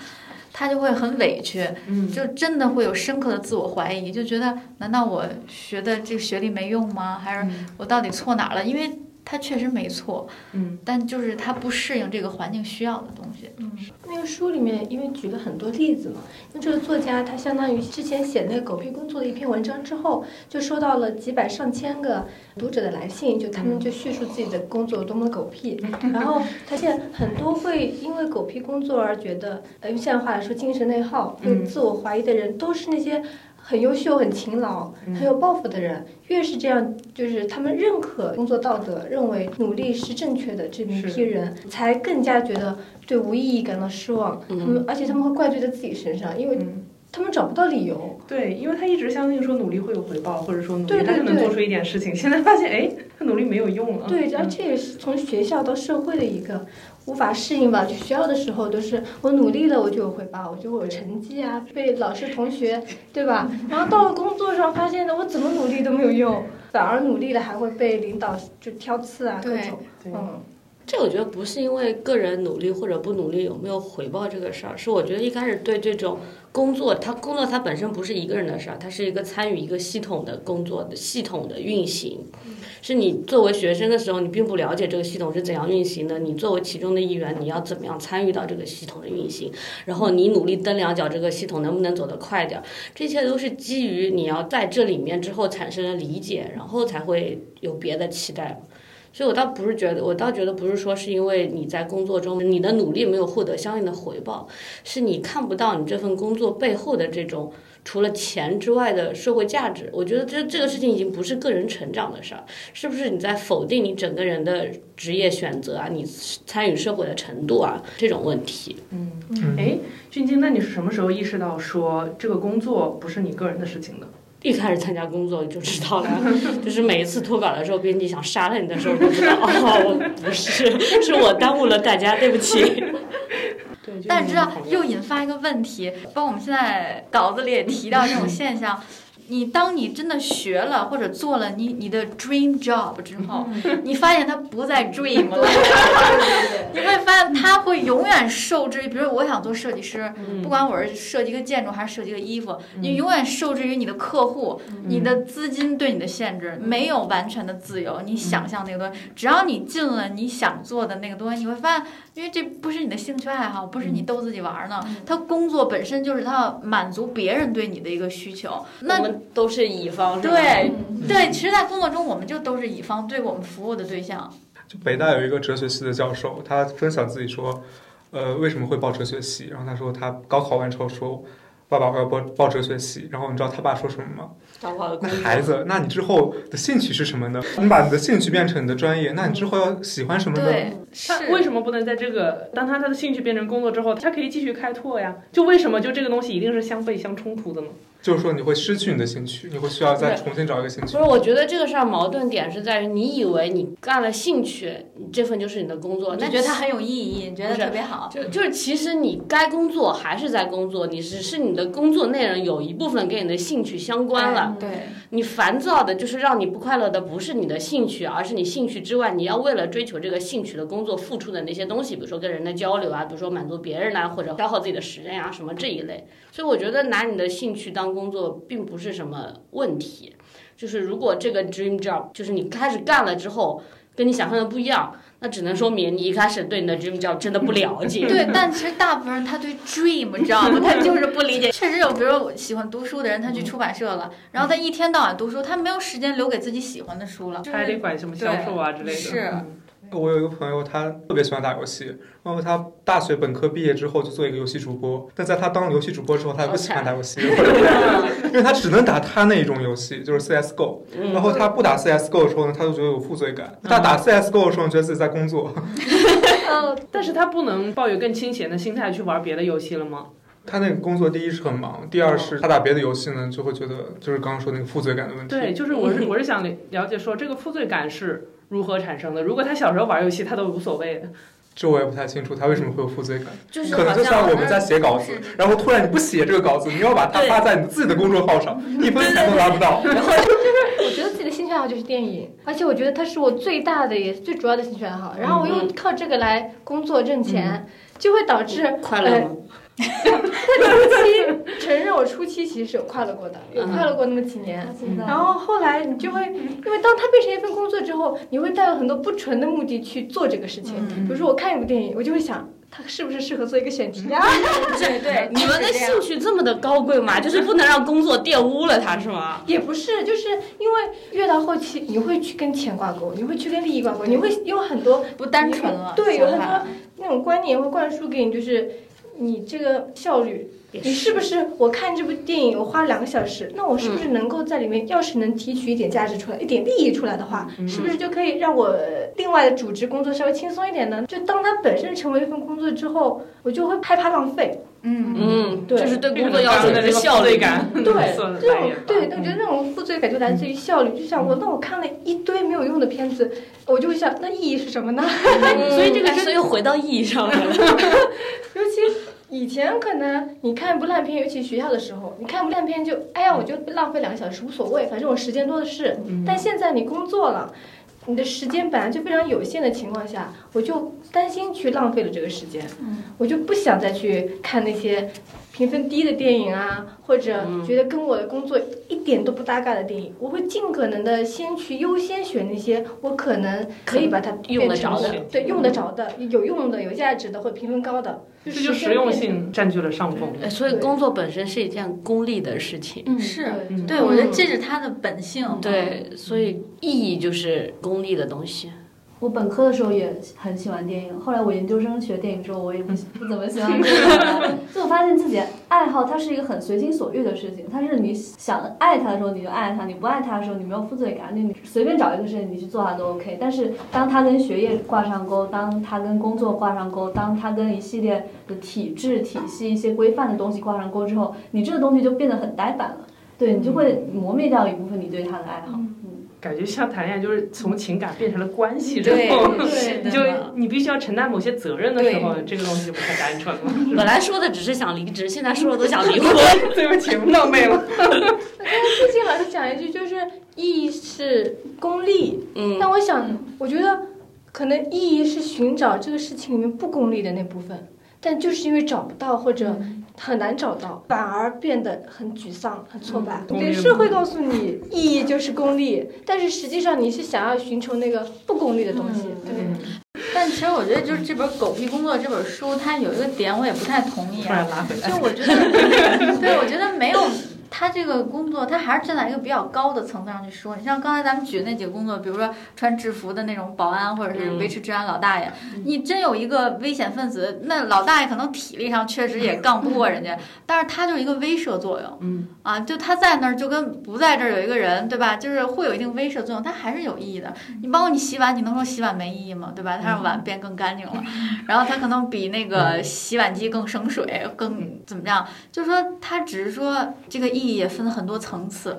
Speaker 1: 他就会很委屈，
Speaker 5: 嗯
Speaker 1: 就真的会有深刻的自我怀疑，就觉得难道我学的这个学历没用吗？还是
Speaker 5: 嗯
Speaker 1: 我到底错哪儿了？因为他确实没错，
Speaker 5: 嗯
Speaker 1: 但就是他不适应这个环境需要的东西。
Speaker 2: 那个书里面，因为举了很多例子嘛，因为这个作家他相当于之前写那个狗屁工作的一篇文章之后，就收到了几百上千个读者的来信，就他们就叙述自己的工作有多么狗屁，
Speaker 5: 嗯
Speaker 2: 然后他现在很多会因为狗屁工作而觉得，呃，用现代话来说精神内耗，会
Speaker 5: 嗯
Speaker 2: 自我怀疑的人，都是那些。很优秀、很勤劳、
Speaker 5: 嗯
Speaker 2: 很有抱负的人，越是这样，就是他们认可工作道德，认为努力是正确的这一
Speaker 5: 是
Speaker 2: 批人，才更加觉得对无意义感到失望，他
Speaker 4: 嗯
Speaker 2: 们而且他们会怪罪在自己身上，因为
Speaker 5: 嗯，
Speaker 2: 他们找不到理由。
Speaker 5: 对，因为他一直相信说努力会有回报，或者说努
Speaker 2: 对
Speaker 5: 力
Speaker 2: 对
Speaker 5: 他就能
Speaker 2: 对
Speaker 5: 做出一点事情，现在发现哎，他努力没有用了。
Speaker 2: 对，而
Speaker 5: 嗯
Speaker 2: 这也是从学校到社会的一个无法适应吧。就学校的时候都是我努力了，我就有回报，我就会有成绩啊，被老师同学，对吧？然后到了工作上，发现呢，我怎么努力都没有用，反而努力了还会被领导就挑刺啊，各
Speaker 1: 对
Speaker 2: 种。
Speaker 5: 对
Speaker 2: 嗯，
Speaker 4: 这我觉得不是因为个人努力或者不努力有没有回报这个事儿，是我觉得一开始对这种工作，它工作它本身不是一个人的事儿，它是一个参与一个系统的工作的系统的运行，是你作为学生的时候，你并不了解这个系统是怎样运行的，你作为其中的一员，你要怎么样参与到这个系统的运行，然后你努力蹬两脚，这个系统能不能走得快点儿，这些都是基于你要在这里面之后产生了理解，然后才会有别的期待。所以我倒不是觉得，我倒觉得不是说是因为你在工作中你的努力没有获得相应的回报，是你看不到你这份工作背后的这种除了钱之外的社会价值。我觉得这这个事情已经不是个人成长的事儿，是不是你在否定你整个人的职业选择啊，你参与社会的程度啊这种问题？
Speaker 3: 嗯
Speaker 5: 哎，俊晶，那你是什么时候意识到说这个工作不是你个人的事情的？
Speaker 4: 一开始参加工作就知道了， 就是每一次脱稿的时候，编辑想杀了你的时候，我就知道哦，我不是，是我耽误了大家，对不起。对，就是
Speaker 1: 但是知道
Speaker 4: 那种
Speaker 1: 又引发一个问题，包括我们现在稿子里也提到这种现 象。你当你真的学了或者做了你你的 dream job 之后，
Speaker 2: 嗯
Speaker 1: 你发现它不 再 dream 了， 你会发现它会永远受制于，比如我想做设计师，
Speaker 5: 嗯
Speaker 1: 不管我是设计一个建筑还是设计一个衣服，你永远受制于你的客户、你的资金对你的限制，没有完全的自由。你想象那个东西，只要你进了你想做的那个东西，你会发现，因为这不是你的兴趣爱好，不是你逗自己玩儿呢，他工作本身就是他要满足别人对你的一个需求。那
Speaker 4: 我们都是乙方，是吧
Speaker 1: 对对，其实，在工作中我们就都是乙方对我们服务的对象。
Speaker 3: 就北大有一个哲学系的教授，他分享自己说，呃，为什么会报哲学系？然后他说他高考完之后说，爸爸我要报报哲学系。然后你知道他爸说什么吗？
Speaker 4: 找不好的工
Speaker 3: 那
Speaker 4: 作
Speaker 3: 孩子，那你之后的兴趣是什么呢？你把你的兴趣变成你的专业，那你之后要喜欢什么呢？
Speaker 1: 对，是
Speaker 5: 他为什么不能在这个当他他的兴趣变成工作之后，他可以继续开拓呀？就为什么就这个东西一定是相悖相冲突的呢？
Speaker 3: 就是说你会失去你的兴趣，你会需要再重新找一个兴
Speaker 4: 不
Speaker 3: 趣
Speaker 4: 是，。我觉得这个事儿矛盾点是在于，你以为你干了兴趣，这份就是你的工作，
Speaker 1: 你
Speaker 4: 那
Speaker 1: 觉得它很有意义，你觉得
Speaker 4: 不是
Speaker 1: 特别好。
Speaker 4: 就就是其实你该工作还是在工作，你只是你的工作内容有一部分跟你的兴趣相关了。
Speaker 1: 哎对，
Speaker 4: 你烦躁的就是让你不快乐的不是你的兴趣，而是你兴趣之外，你要为了追求这个兴趣的工作付出的那些东西，比如说跟人的交流啊，比如说满足别人啊，或者消耗自己的时间啊，什么这一类。所以我觉得拿你的兴趣当工作并不是什么问题，就是如果这个 dream job 就是你开始干了之后跟你想象的不一样，那只能说明你一开始对你的 dream job 真的不了解。
Speaker 1: 对，但其实大部分人他对 dream 你知道吗？他就是不 理解。确实有，比如我喜欢读书的人，他去出版社了，然后他一天到晚读书，他没有时间留给自己喜欢的书了。就
Speaker 5: 他还得
Speaker 1: 是
Speaker 5: 管什么销售啊之类的。
Speaker 1: 是
Speaker 5: 嗯
Speaker 3: 我有一个朋友，他特别喜欢打游戏，然后他大学本科毕业之后就做一个游戏主播，但在他当了游戏主播之后，他不喜欢打游戏，因为他只能打他那一种游戏，就是 CSGO。然
Speaker 4: 嗯
Speaker 3: 后他不打 CSGO 的时候呢，他就觉得有负罪感；他打 CSGO 的时候，觉得自己在工作。
Speaker 5: 但是他不能抱有更清闲的心态去玩别的游戏了吗？
Speaker 3: 他那个工作，第一是很忙，第
Speaker 4: 嗯
Speaker 3: 二是他打别的游戏呢，就会觉得就是刚刚说那个负罪感的问题。
Speaker 5: 对，就是我是我是想了解说这个负罪感是如何产生的。如果他小时候玩游戏，他都无所谓。
Speaker 3: 这我也不太清楚他为什么会有负罪感，
Speaker 4: 就是
Speaker 3: 可能
Speaker 4: 好
Speaker 3: 就像
Speaker 4: 像
Speaker 3: 我们在写稿子，然后突然你不写这个稿子，你要把它发在你自己的公众号 上，一分钱都拿不到。
Speaker 2: 我觉得自己的兴趣爱好就是电影，而且我觉得它是我最大的也是最主要的兴趣爱好。然后我又靠这个来工作挣钱，就会导致
Speaker 4: 快乐吗？
Speaker 2: 呃初期承认我初期其实是有快乐过的，有
Speaker 4: 嗯
Speaker 2: 快乐过那么几年。
Speaker 8: 现在
Speaker 2: 然后后来你就会，因为当它变成一份工作之后，你会带有很多不纯的目的去做这个事情。比如说我看一部电影，我就会想它是不是适合做一个选题啊？
Speaker 1: 对对，
Speaker 4: 呃你们的
Speaker 1: 是这样
Speaker 4: 兴趣这么的高贵吗？就是不能让工作玷污了它，是吗？
Speaker 2: 也不是，就是因为越到后期，你会去跟钱挂钩，你会去跟利益挂钩，你会有很多
Speaker 1: 不单纯了。
Speaker 2: 对有
Speaker 1: 想
Speaker 2: 很
Speaker 1: 法
Speaker 2: 多那种观念会灌输给你，就是你这个效率，
Speaker 4: 也
Speaker 2: 你是不是我看这部电影我花了两个小时，那我是不是能够在里面，要是能提取一点价值出来，一点利益出来的话，是不是就可以让我另外的主职工作稍微轻松一点呢？就当它本身成为一份工作之后，我就会害怕浪费。
Speaker 1: 嗯，
Speaker 4: 嗯，就是对工作要求
Speaker 5: 的
Speaker 4: 的
Speaker 5: 这个
Speaker 4: 效
Speaker 5: 负罪
Speaker 4: 率
Speaker 5: 感，
Speaker 2: 对，
Speaker 5: 算
Speaker 2: 这
Speaker 5: 来
Speaker 2: 种
Speaker 5: 源吧
Speaker 2: 对，我觉得那种负罪感就来自于效率。就像我，那我看了一堆没有用的片子，我就会想，那意义是什么呢？
Speaker 4: 所以这个真的又回到意义上来了。
Speaker 2: 尤其以前可能你看一部烂片，尤其学校的时候，你看一部烂片就，哎呀，我就浪费两个小时无所谓，反正我时间多的是。
Speaker 4: 嗯
Speaker 2: 但现在你工作了。你的时间本来就非常有限的情况下，我就担心去浪费了这个时间，
Speaker 4: 嗯
Speaker 2: 我就不想再去看那些评分低的电影啊，或者
Speaker 4: 嗯
Speaker 2: 觉得跟我的工作一点都不搭嘎的电影，我会尽可能的先去优先选那些我可能可以把它
Speaker 4: 用得
Speaker 2: 变成
Speaker 4: 着的嗯
Speaker 2: 对，用得着的、有用的、有价值的或者评分高的，
Speaker 5: 这
Speaker 2: 时
Speaker 5: 就
Speaker 2: 间
Speaker 5: 实用
Speaker 2: 变
Speaker 5: 性占据了上风。
Speaker 4: 呃所以工作本身是一件功利的事情，
Speaker 2: 嗯，
Speaker 1: 是
Speaker 2: 对
Speaker 1: 对，我觉得这是他的本性。，
Speaker 4: 嗯对，所以意义就是功利的东西。
Speaker 8: 我本科的时候也很喜欢电影，后来我研究生学电影之后，我也不不怎么喜欢电影了。就我发现自己爱好它是一个很随心所欲的事情，它是你想爱它的时候你就爱它，你不爱它的时候你没有负罪感，你随便找一个事情你去做它都 OK。但是当它跟学业挂上钩，当它跟工作挂上钩，当它跟一系列的体制体系、一些规范的东西挂上钩之后，你这个东西就变得很呆板了。对你就会磨灭掉一部分你对他的爱好。
Speaker 5: 感觉像谈恋爱就是从情感变成了关系之
Speaker 1: 对
Speaker 5: 后，，
Speaker 1: 是
Speaker 5: 你
Speaker 1: 的
Speaker 5: 就
Speaker 1: 呢。
Speaker 5: 你必须要承担某些责任的时候，这个东西就不太单 纯了。
Speaker 4: 本来说的只是想离职，现在说的都想离婚。
Speaker 5: 对不起，浪费 了。
Speaker 2: 最近老师讲一句，就是意义是功利，
Speaker 4: 嗯，
Speaker 2: 但我想，我觉得可能意义是寻找这个事情里面不功利的那部分，但就是因为找不到或者
Speaker 5: 嗯
Speaker 2: 很难找到，反而变得很沮丧、很挫败。
Speaker 5: 嗯功利
Speaker 2: 对，
Speaker 5: 的
Speaker 2: 社
Speaker 5: 部分
Speaker 2: 会告诉你意义就是功利，但是实际上你是想要寻求那个不功利的东西。
Speaker 5: 嗯
Speaker 1: 但其实我觉得，就是这本《狗屁工作》这本书，它有一个点我也不太同意
Speaker 5: 突
Speaker 1: 啊，
Speaker 5: 然拉回来，
Speaker 1: 就我觉得，对我觉得没有他这个工作，他还是站在一个比较高的层次上去说。你像刚才咱们举那几个工作，比如说穿制服的那种保安，或者是
Speaker 5: 嗯
Speaker 1: 维持治安老大爷，你真有一个危险分子，那老大爷可能体力上确实也杠不过人家，但是他就是一个威慑作用。
Speaker 5: 嗯
Speaker 1: 啊，就他在那儿，就跟不在这儿有一个人，对吧？就是会有一定威慑作用，但还是有意义的。你包括你洗碗，你能说洗碗没意义吗？对吧？它让碗变更干净了， 然后它可能比那个洗碗机更省水，更怎么样？就是说，它只是说这个意义也分很多层次。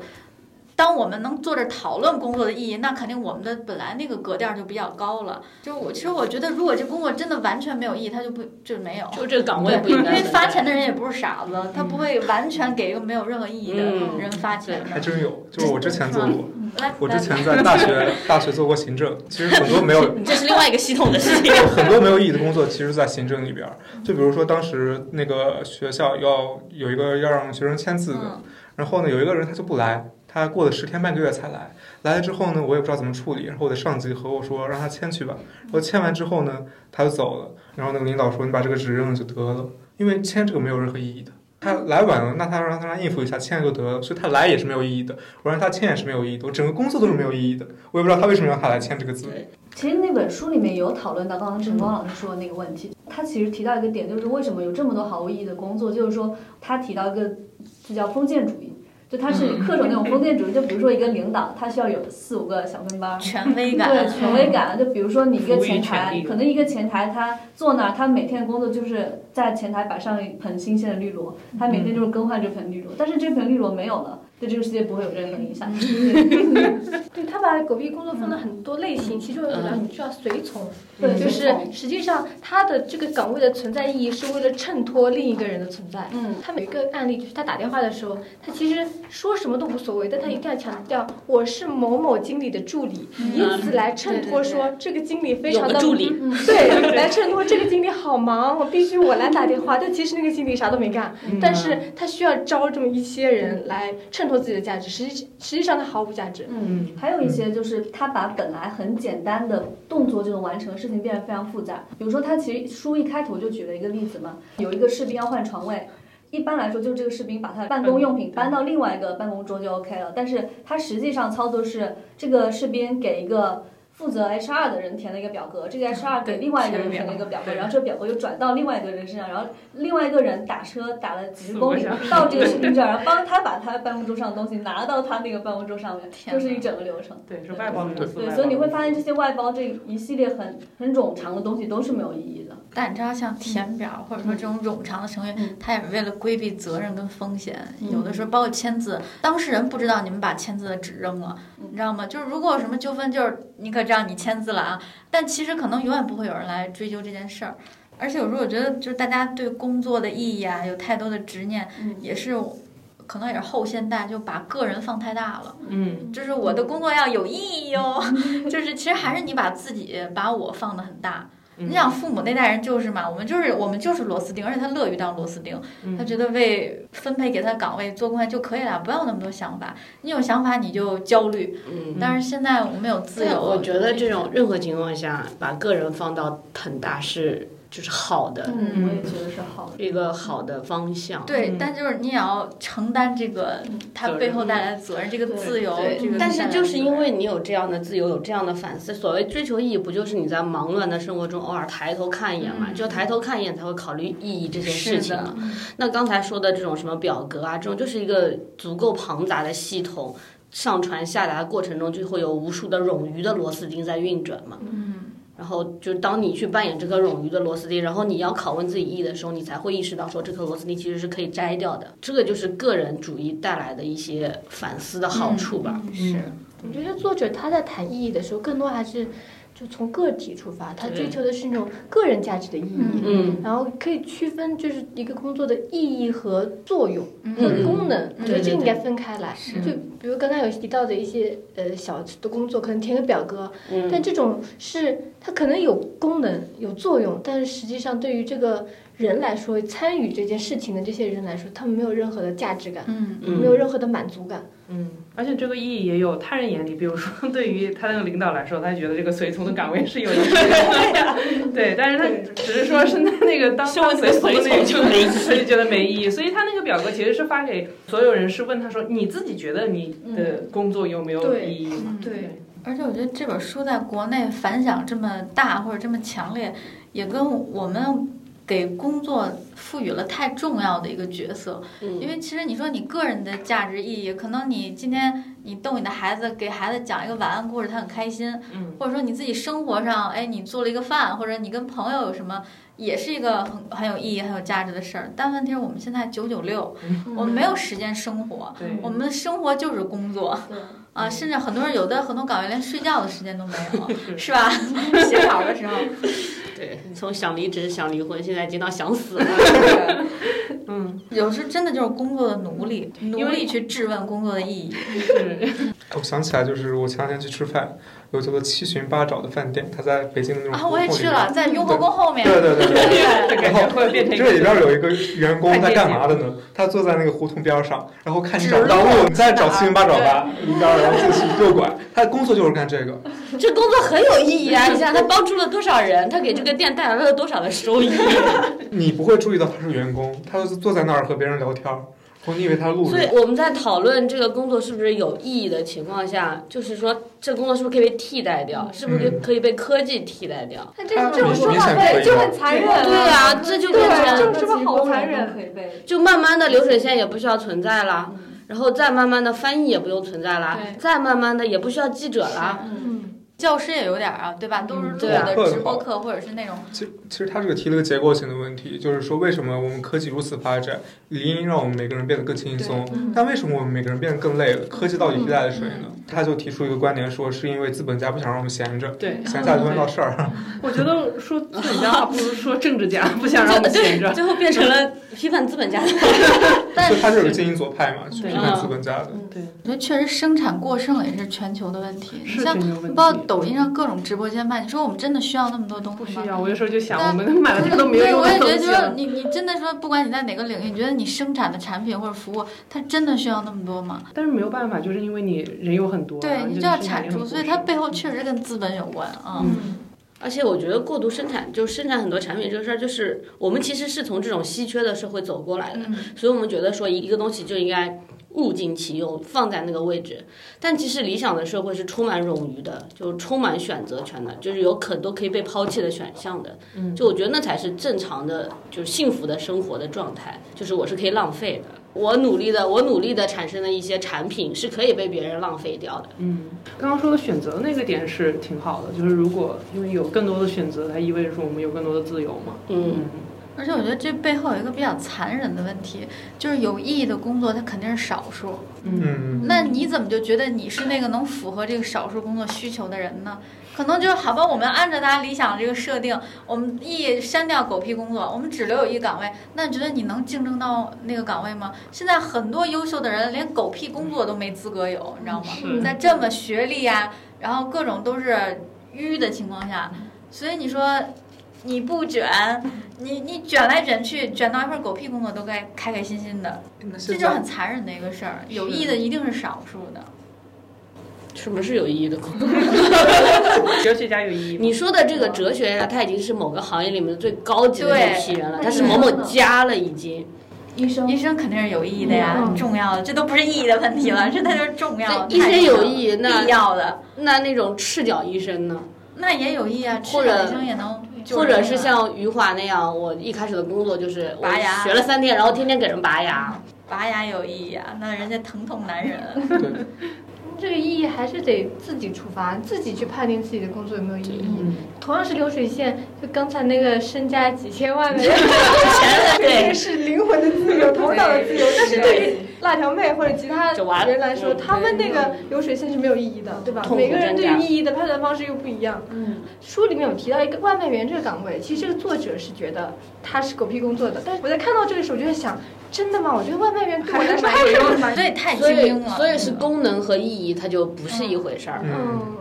Speaker 1: 当我们能坐这讨论工作的意义，那肯定我们的本来那个格调就比较高了。就是我其实我觉得，如果这工作真的完全没有意义，它就不就没有。
Speaker 4: 就这个岗位啊不应
Speaker 1: 因
Speaker 4: 该
Speaker 1: 为
Speaker 4: 存
Speaker 1: 发
Speaker 4: 在
Speaker 1: 钱的人也不是傻子，他不会完全给一个没有任何意义的
Speaker 4: 嗯
Speaker 1: 人发钱
Speaker 3: 还
Speaker 1: 的。
Speaker 3: 真有，就是我之前 做过，
Speaker 1: 来，
Speaker 3: 我之
Speaker 1: 来
Speaker 3: 前在大学大学做过行政，其实很多没有
Speaker 4: 这是另外一个系统的事 情。
Speaker 3: 很多没有意义的工作，其实，在行政里边儿，就比如说当时那个学校要有一个要让学生签字的
Speaker 1: 嗯，
Speaker 3: 然后呢，有一个人他就不来，他过了十天半个月才来，来了之后呢，我也不知道怎么处理，然后我的上级和我说让他签去吧，然后签完之后呢，他就走了，然后那个领导说你把这个纸扔了就得了，因为签这个没有任何意义的。他来晚了，那他让他应付一下，签了就得了。所以他来也是没有意义的，我让他签也是没有意义的，我整个工作都是没有意义的。我也不知道他为什么让他来签这个字。
Speaker 8: 其实那本书里面有讨论到刚刚晨光老师说的那个问题，他其实提到一个点，就是为什么有这么多毫无意义的工作，就是说他提到一个就叫封建主义，就他
Speaker 4: 嗯
Speaker 8: 是恪守那种封建主义，就比如说一个领导，他需要有四五个小跟班儿。
Speaker 1: 嗯权威感，
Speaker 8: 对权威感，就比如说你一个
Speaker 5: 嗯服务于
Speaker 8: 前
Speaker 5: 权
Speaker 8: 台
Speaker 5: 力，
Speaker 8: 可能一个前台他坐那儿，他每天的工作就是在前台摆上一盆新鲜的绿萝，他每天就是更换这盆绿萝，但是这盆绿萝没有了，对这个世界不会有任何影响。
Speaker 1: 嗯
Speaker 2: 对他把狗屁工作分了很多类型，其中
Speaker 5: 嗯
Speaker 2: 有一个你叫随从，
Speaker 8: 对，
Speaker 2: 就
Speaker 8: 没
Speaker 2: 是
Speaker 8: 错
Speaker 2: 实际上他的这个岗位的存在意义是为了衬托另一个人的存在。
Speaker 8: 嗯，
Speaker 2: 他们有一个案例，就是他打电话的时候，他其实说什么都无所谓，但他一定要强调我是某某经理的助理，
Speaker 4: 嗯
Speaker 2: 以此来衬托说这个经理非
Speaker 4: 有
Speaker 2: 常
Speaker 4: 个
Speaker 2: 的
Speaker 4: 助理，
Speaker 2: 对，来衬托这个经理好忙，我必须我来打电话。但其实那个经理啥都没干，
Speaker 5: 嗯
Speaker 2: 但是他需要招这么一些人来衬托自己的价值，实际实际上他毫无价值。
Speaker 8: 嗯，还有一些就是他把本来很简单的动作就能完成的事情变得非常复杂。比如说，他其实书一开头就举了一个例子嘛，有一个士兵要换床位。一般来说，就是这个士兵把他的办公用品搬到另外一个办公桌就 OK 了。但是他实际上操作是，这个士兵给一个负责 HR 的人填了一个表格，这个 HR 给另外一个人填了一个表格，然后这个表格又转到另外一个人身上，然后另外一个人打车打了几十公里
Speaker 5: 四五个小时
Speaker 8: 到 这个士兵这儿，然后帮他把他办公桌上的东西拿到他那个办公桌上面，
Speaker 1: 天
Speaker 8: 就
Speaker 1: 哪
Speaker 8: 是一整个流程。
Speaker 5: 对，是外包的公司。
Speaker 8: 对，
Speaker 5: 外包的
Speaker 8: 所以你会发现这些外包这一系列很很冗长的东西都是没有意义的。
Speaker 1: 但你知道，像填表或者说这种冗长的程序
Speaker 8: 嗯，
Speaker 1: 它也是为了规避责任跟风险。
Speaker 8: 嗯
Speaker 1: 有的时候包括签字，当事人不知道你们把签字的纸扔了，
Speaker 8: 嗯
Speaker 1: 你知道吗？就是如果有什么纠纷，就是你可知道你签字了啊，但其实可能永远不会有人来追究这件事儿。而且有时候我觉得，就是大家对工作的意义啊，有太多的执念，
Speaker 8: 嗯
Speaker 1: 也是可能也是后现代就把个人放太大了。
Speaker 5: 嗯，
Speaker 1: 就是我的工作要有意义哦， 就是其实还是你把自己把我放得很大。
Speaker 5: 嗯
Speaker 1: 你想父母那代人就是嘛，我们就是我们就是螺丝钉，而且他乐于当螺丝钉，
Speaker 4: 嗯
Speaker 1: 他觉得为分配给他的岗位做贡献就可以了，不要那么多想法。你有想法你就焦虑，
Speaker 4: 嗯。
Speaker 1: 但是现在我们有自由，
Speaker 4: 我觉得这种任何情况下把个人放到很大是就是好的，
Speaker 8: 嗯，我也觉得是好的。
Speaker 4: 一个好的方向。
Speaker 1: 对，
Speaker 5: 嗯
Speaker 1: 但就是你也要承担这个他背后带来的责任，这个
Speaker 8: 对
Speaker 1: 自由，
Speaker 8: 对
Speaker 1: 这个带
Speaker 4: 但是
Speaker 1: 来
Speaker 4: 就
Speaker 1: 的
Speaker 4: 是
Speaker 1: 责
Speaker 4: 因
Speaker 1: 任
Speaker 4: 为你有这样的自由，有这样的反思，所谓追求意义，不就是你在忙乱的生活中偶尔抬头看一眼嘛？
Speaker 1: 嗯
Speaker 4: 就抬头看一眼才会考虑意义这件
Speaker 1: 是
Speaker 4: 事
Speaker 1: 的
Speaker 4: 情嘛。那刚才说的这种什么表格啊，这种就是一个足够庞杂的系统，上传下达的过程中就会有无数的冗余的螺丝钉在运转嘛。
Speaker 1: 嗯，
Speaker 4: 然后就当你去扮演这颗冗余的螺丝钉，然后你要拷问自己意义的时候，你才会意识到说这颗螺丝钉其实是可以摘掉的。这个就是个人主义带来的一些反思的好处
Speaker 2: 嗯
Speaker 4: 吧。
Speaker 1: 是
Speaker 2: 我觉得作者他在谈意义的时候，更多还是就从个体出发，他
Speaker 4: 对
Speaker 2: 追求的是那种个人价值的意义，
Speaker 4: 嗯
Speaker 2: 然后可以区分就是一个工作的意义和作用和
Speaker 4: 嗯
Speaker 2: 功能，我觉
Speaker 4: 对对
Speaker 2: 得这应
Speaker 4: 对
Speaker 2: 该分开来。就比如刚刚有提到的一些呃小的工作，可能填个表格，
Speaker 4: 嗯
Speaker 2: 但这种是它可能有功能有作用，但是实际上对于这个人来说，参与这件事情的这些人来说，他们没有任何的价值感，
Speaker 1: 嗯
Speaker 4: 嗯
Speaker 2: 没有任何的满足感。
Speaker 5: 嗯，而且这个意义也有他人眼里，比如说对于他那个领导来说，他觉得这个随从的岗位是有意义的，对，但是他只是说是那那个当
Speaker 4: 身为
Speaker 5: 当随从的那
Speaker 4: 随从就没意
Speaker 5: 个，
Speaker 4: 义
Speaker 5: 所以觉得没意义，所以他那个表格其实是发给所有人，是问他说你自己觉得你的工作有没有
Speaker 2: 对
Speaker 5: 意义嘛？
Speaker 2: 对，
Speaker 1: 嗯而且我觉得这本书在国内反响这么大或者这么强烈，也跟我们给工作赋予了太重要的一个角色。
Speaker 4: 嗯
Speaker 1: 因为其实你说你个人的价值意义，可能你今天你逗你的孩子，给孩子讲一个晚安故事，他很开心，
Speaker 5: 嗯
Speaker 1: 或者说你自己生活上，哎，你做了一个饭，或者你跟朋友有什么，也是一个很很有意义、很有价值的事儿。但问题是我们现在九九六，我们没有时间生活，
Speaker 5: 对，
Speaker 1: 我们的生活就是工作
Speaker 8: 对
Speaker 1: 啊，甚至很多人有的很多岗位连睡觉的时间都没有，
Speaker 5: 是
Speaker 1: 是吧？写稿的 时候，
Speaker 4: 对，从想离职、想离婚，现在已经到想死了。
Speaker 5: 嗯
Speaker 1: 有时真的就是工作的奴隶，奴隶去质问工作的意义。
Speaker 5: 嗯是，
Speaker 3: 我想起来，就是我前两天去吃饭，有叫做七寻八找的饭店，它在北京的那种
Speaker 1: 啊，
Speaker 3: 胡同
Speaker 1: 我
Speaker 3: 里
Speaker 1: 也
Speaker 3: 面
Speaker 1: 去了，在雍和宫后面。
Speaker 3: 对对对对对。
Speaker 5: 这感觉会变成一
Speaker 3: 这里
Speaker 5: 个
Speaker 3: 边有一个员工在干嘛的呢？他坐在那个胡同边上，然后看你找不到路，你再找七零八找吧，零边然后自己右拐。他的工作就是干这个。
Speaker 4: 这工作很有意义啊！你想，他帮助了多少人，他给这个店带来了多少的收益，
Speaker 3: 你不会注意到他是员工，他就是坐在那儿和别人聊天儿，或者你以为他是路
Speaker 4: 所以
Speaker 3: 人。
Speaker 4: 我们在讨论这个工作是不是有意义的情况下，就是说这工作是不是可以被替代掉，是不是可以被科技替代掉？
Speaker 8: 但这
Speaker 3: 他
Speaker 8: 这种说
Speaker 3: 明
Speaker 8: 法
Speaker 3: 显可
Speaker 8: 对
Speaker 3: 以
Speaker 8: 就
Speaker 3: 的
Speaker 8: 很残忍。
Speaker 4: 对啊，这就变
Speaker 8: 对，
Speaker 4: 成
Speaker 8: 这种说法好残忍。以被
Speaker 4: 就慢慢的流水线也不需要存在了，然后再慢慢的翻译也不用存在了，
Speaker 1: 对
Speaker 4: 再慢慢的也不需要记者了。
Speaker 1: 啊嗯教师也有点儿啊，对吧？都是
Speaker 5: 嗯
Speaker 1: 录
Speaker 4: 对啊
Speaker 1: 的直播课或者是那种，
Speaker 3: 其其实他这个提了个结构性的问题，就是说为什么我们科技如此发展，理应让我们每个人变得更轻松，但为什么我们每个人变得更累了？科技到底替代了谁呢？他就提出一个观点说，是因为资本家不想让我们闲着，
Speaker 5: 哦对。
Speaker 3: 闲下来就会闹事儿。
Speaker 5: 我觉得说资本家话不如说政治家，不想让我们闲着。
Speaker 4: 最后变成了批判资本家。
Speaker 1: 但
Speaker 3: 所以他就是是精英左派嘛，去批判资本家的。
Speaker 1: 我觉得确实生产过剩也是全球的问题。你
Speaker 5: 是
Speaker 1: 像
Speaker 5: 这个问题。
Speaker 1: 包括抖音上各种直播间卖，你说我们真的需要那么多东
Speaker 5: 不
Speaker 1: 西
Speaker 5: 需
Speaker 1: 吗？
Speaker 5: 要，我有时候就想，
Speaker 1: 但
Speaker 5: 我们 买了它都没有
Speaker 1: 对，
Speaker 5: 用
Speaker 1: 我
Speaker 5: 的
Speaker 1: 也觉
Speaker 5: 东
Speaker 1: 得，
Speaker 5: 西
Speaker 1: 就
Speaker 5: 了
Speaker 1: 是。你你真的说，不管你在哪个领域，你觉得你生产的产品或者服务，它真的需要那么多吗？
Speaker 5: 但是没有办法，就是因为你人有很多，然
Speaker 1: 对，
Speaker 5: 后
Speaker 1: 你
Speaker 5: 就
Speaker 1: 就要
Speaker 5: 啊生产
Speaker 1: 产
Speaker 5: 力很
Speaker 1: 出，
Speaker 5: 过
Speaker 1: 所以
Speaker 5: 剩
Speaker 1: 它背后确实跟资本有关啊。
Speaker 5: 嗯
Speaker 4: 而且我觉得过度生产，就生产很多产品这个事儿，就是我们其实是从这种稀缺的社会走过来
Speaker 1: 嗯
Speaker 4: 的，所以我们觉得说一个东西就应该物尽其用，放在那个位置。但其实理想的社会是充满冗余的，就是充满选择权的，就是有很多可以被抛弃的选项的。嗯，就我觉得那才是正常的，就是幸福的生活的状态，就是我是可以浪费的。我努力的，我努力的产生的一些产品是可以被别人浪费掉的。
Speaker 5: 嗯刚刚说的选择那个点是挺好的，就是如果因为有更多的选择，它意味着说我们有更多的自由嘛。
Speaker 4: 嗯，
Speaker 1: 而且我觉得这背后有一个比较残忍的问题，就是有意义的工作它肯定是少数。
Speaker 3: 嗯，
Speaker 1: 那你怎么就觉得你是那个能符合这个少数工作需求的人呢？可能就是好吧，我们按照大家理想的这个设定，我们一删掉狗屁工作，我们只留有一岗位。那你觉得你能竞争到那个岗位吗？现在很多优秀的人连狗屁工作都没资格有，你知道吗？
Speaker 5: 是
Speaker 1: 在这么学历呀、然后各种都是淤的情况下，所以你说你不卷，你你卷来卷去，卷到一份狗屁工作都该开开心心的，
Speaker 3: 那
Speaker 1: 这
Speaker 3: 现
Speaker 1: 就是
Speaker 3: 在
Speaker 1: 很残忍的一个事儿。有意义的一定是少数的。
Speaker 4: 什么是有意义的工作？
Speaker 5: 哲学家有意义吗？
Speaker 4: 你说的这个哲学家，他已经是某个行业里面的最高级的那批人了，
Speaker 8: 对
Speaker 4: 他是某某家了，已经。
Speaker 8: 医生
Speaker 1: 医生肯定是有意义的呀，
Speaker 8: 嗯
Speaker 1: 重要的，这都不是意义的问题了，这它就是重要的。
Speaker 4: 对医生有意义那
Speaker 1: 必要的，
Speaker 4: 那那种赤脚医生呢？
Speaker 1: 那也有意义啊，
Speaker 4: 或
Speaker 1: 吃
Speaker 4: 者
Speaker 1: 养生也能，就
Speaker 4: 或者
Speaker 1: 这
Speaker 4: 是
Speaker 1: 样
Speaker 4: 像余华那样，我一开始的工作就是我
Speaker 1: 啊拔牙
Speaker 4: 学了三天，然后天天给人拔牙。
Speaker 1: 拔牙有意义啊，那人家疼痛难忍。
Speaker 3: 嗯对，
Speaker 2: 这个意义还是得自己出发，自己去判定自己的工作有没有意义。
Speaker 5: 嗯，
Speaker 2: 同样是流水线，就刚才那个身家几千万的人，
Speaker 1: 对
Speaker 2: 这个是灵魂的自由，头脑的自由。但是对于辣条妹或者其他
Speaker 4: 就完了
Speaker 2: 人来说，
Speaker 4: 嗯
Speaker 2: 他们那个流水线是没有意义的，对吧？
Speaker 4: 痛苦
Speaker 2: 每个人对
Speaker 4: 挣
Speaker 2: 于
Speaker 4: 扎
Speaker 2: 意义的判断方式又不一样。
Speaker 8: 嗯，
Speaker 2: 书里面有提到一个外卖员这个岗位，其实这个作者是觉得他是狗屁工作的，但是我在看到这个时候，我就在想，真的吗？我觉得外卖员对我来说还
Speaker 1: 对，
Speaker 2: 是
Speaker 1: 这也太
Speaker 4: 所
Speaker 1: 精
Speaker 4: 以
Speaker 1: 英了。
Speaker 4: 所以是功能和意义，它就不是一回事儿。
Speaker 3: 嗯，
Speaker 2: 嗯，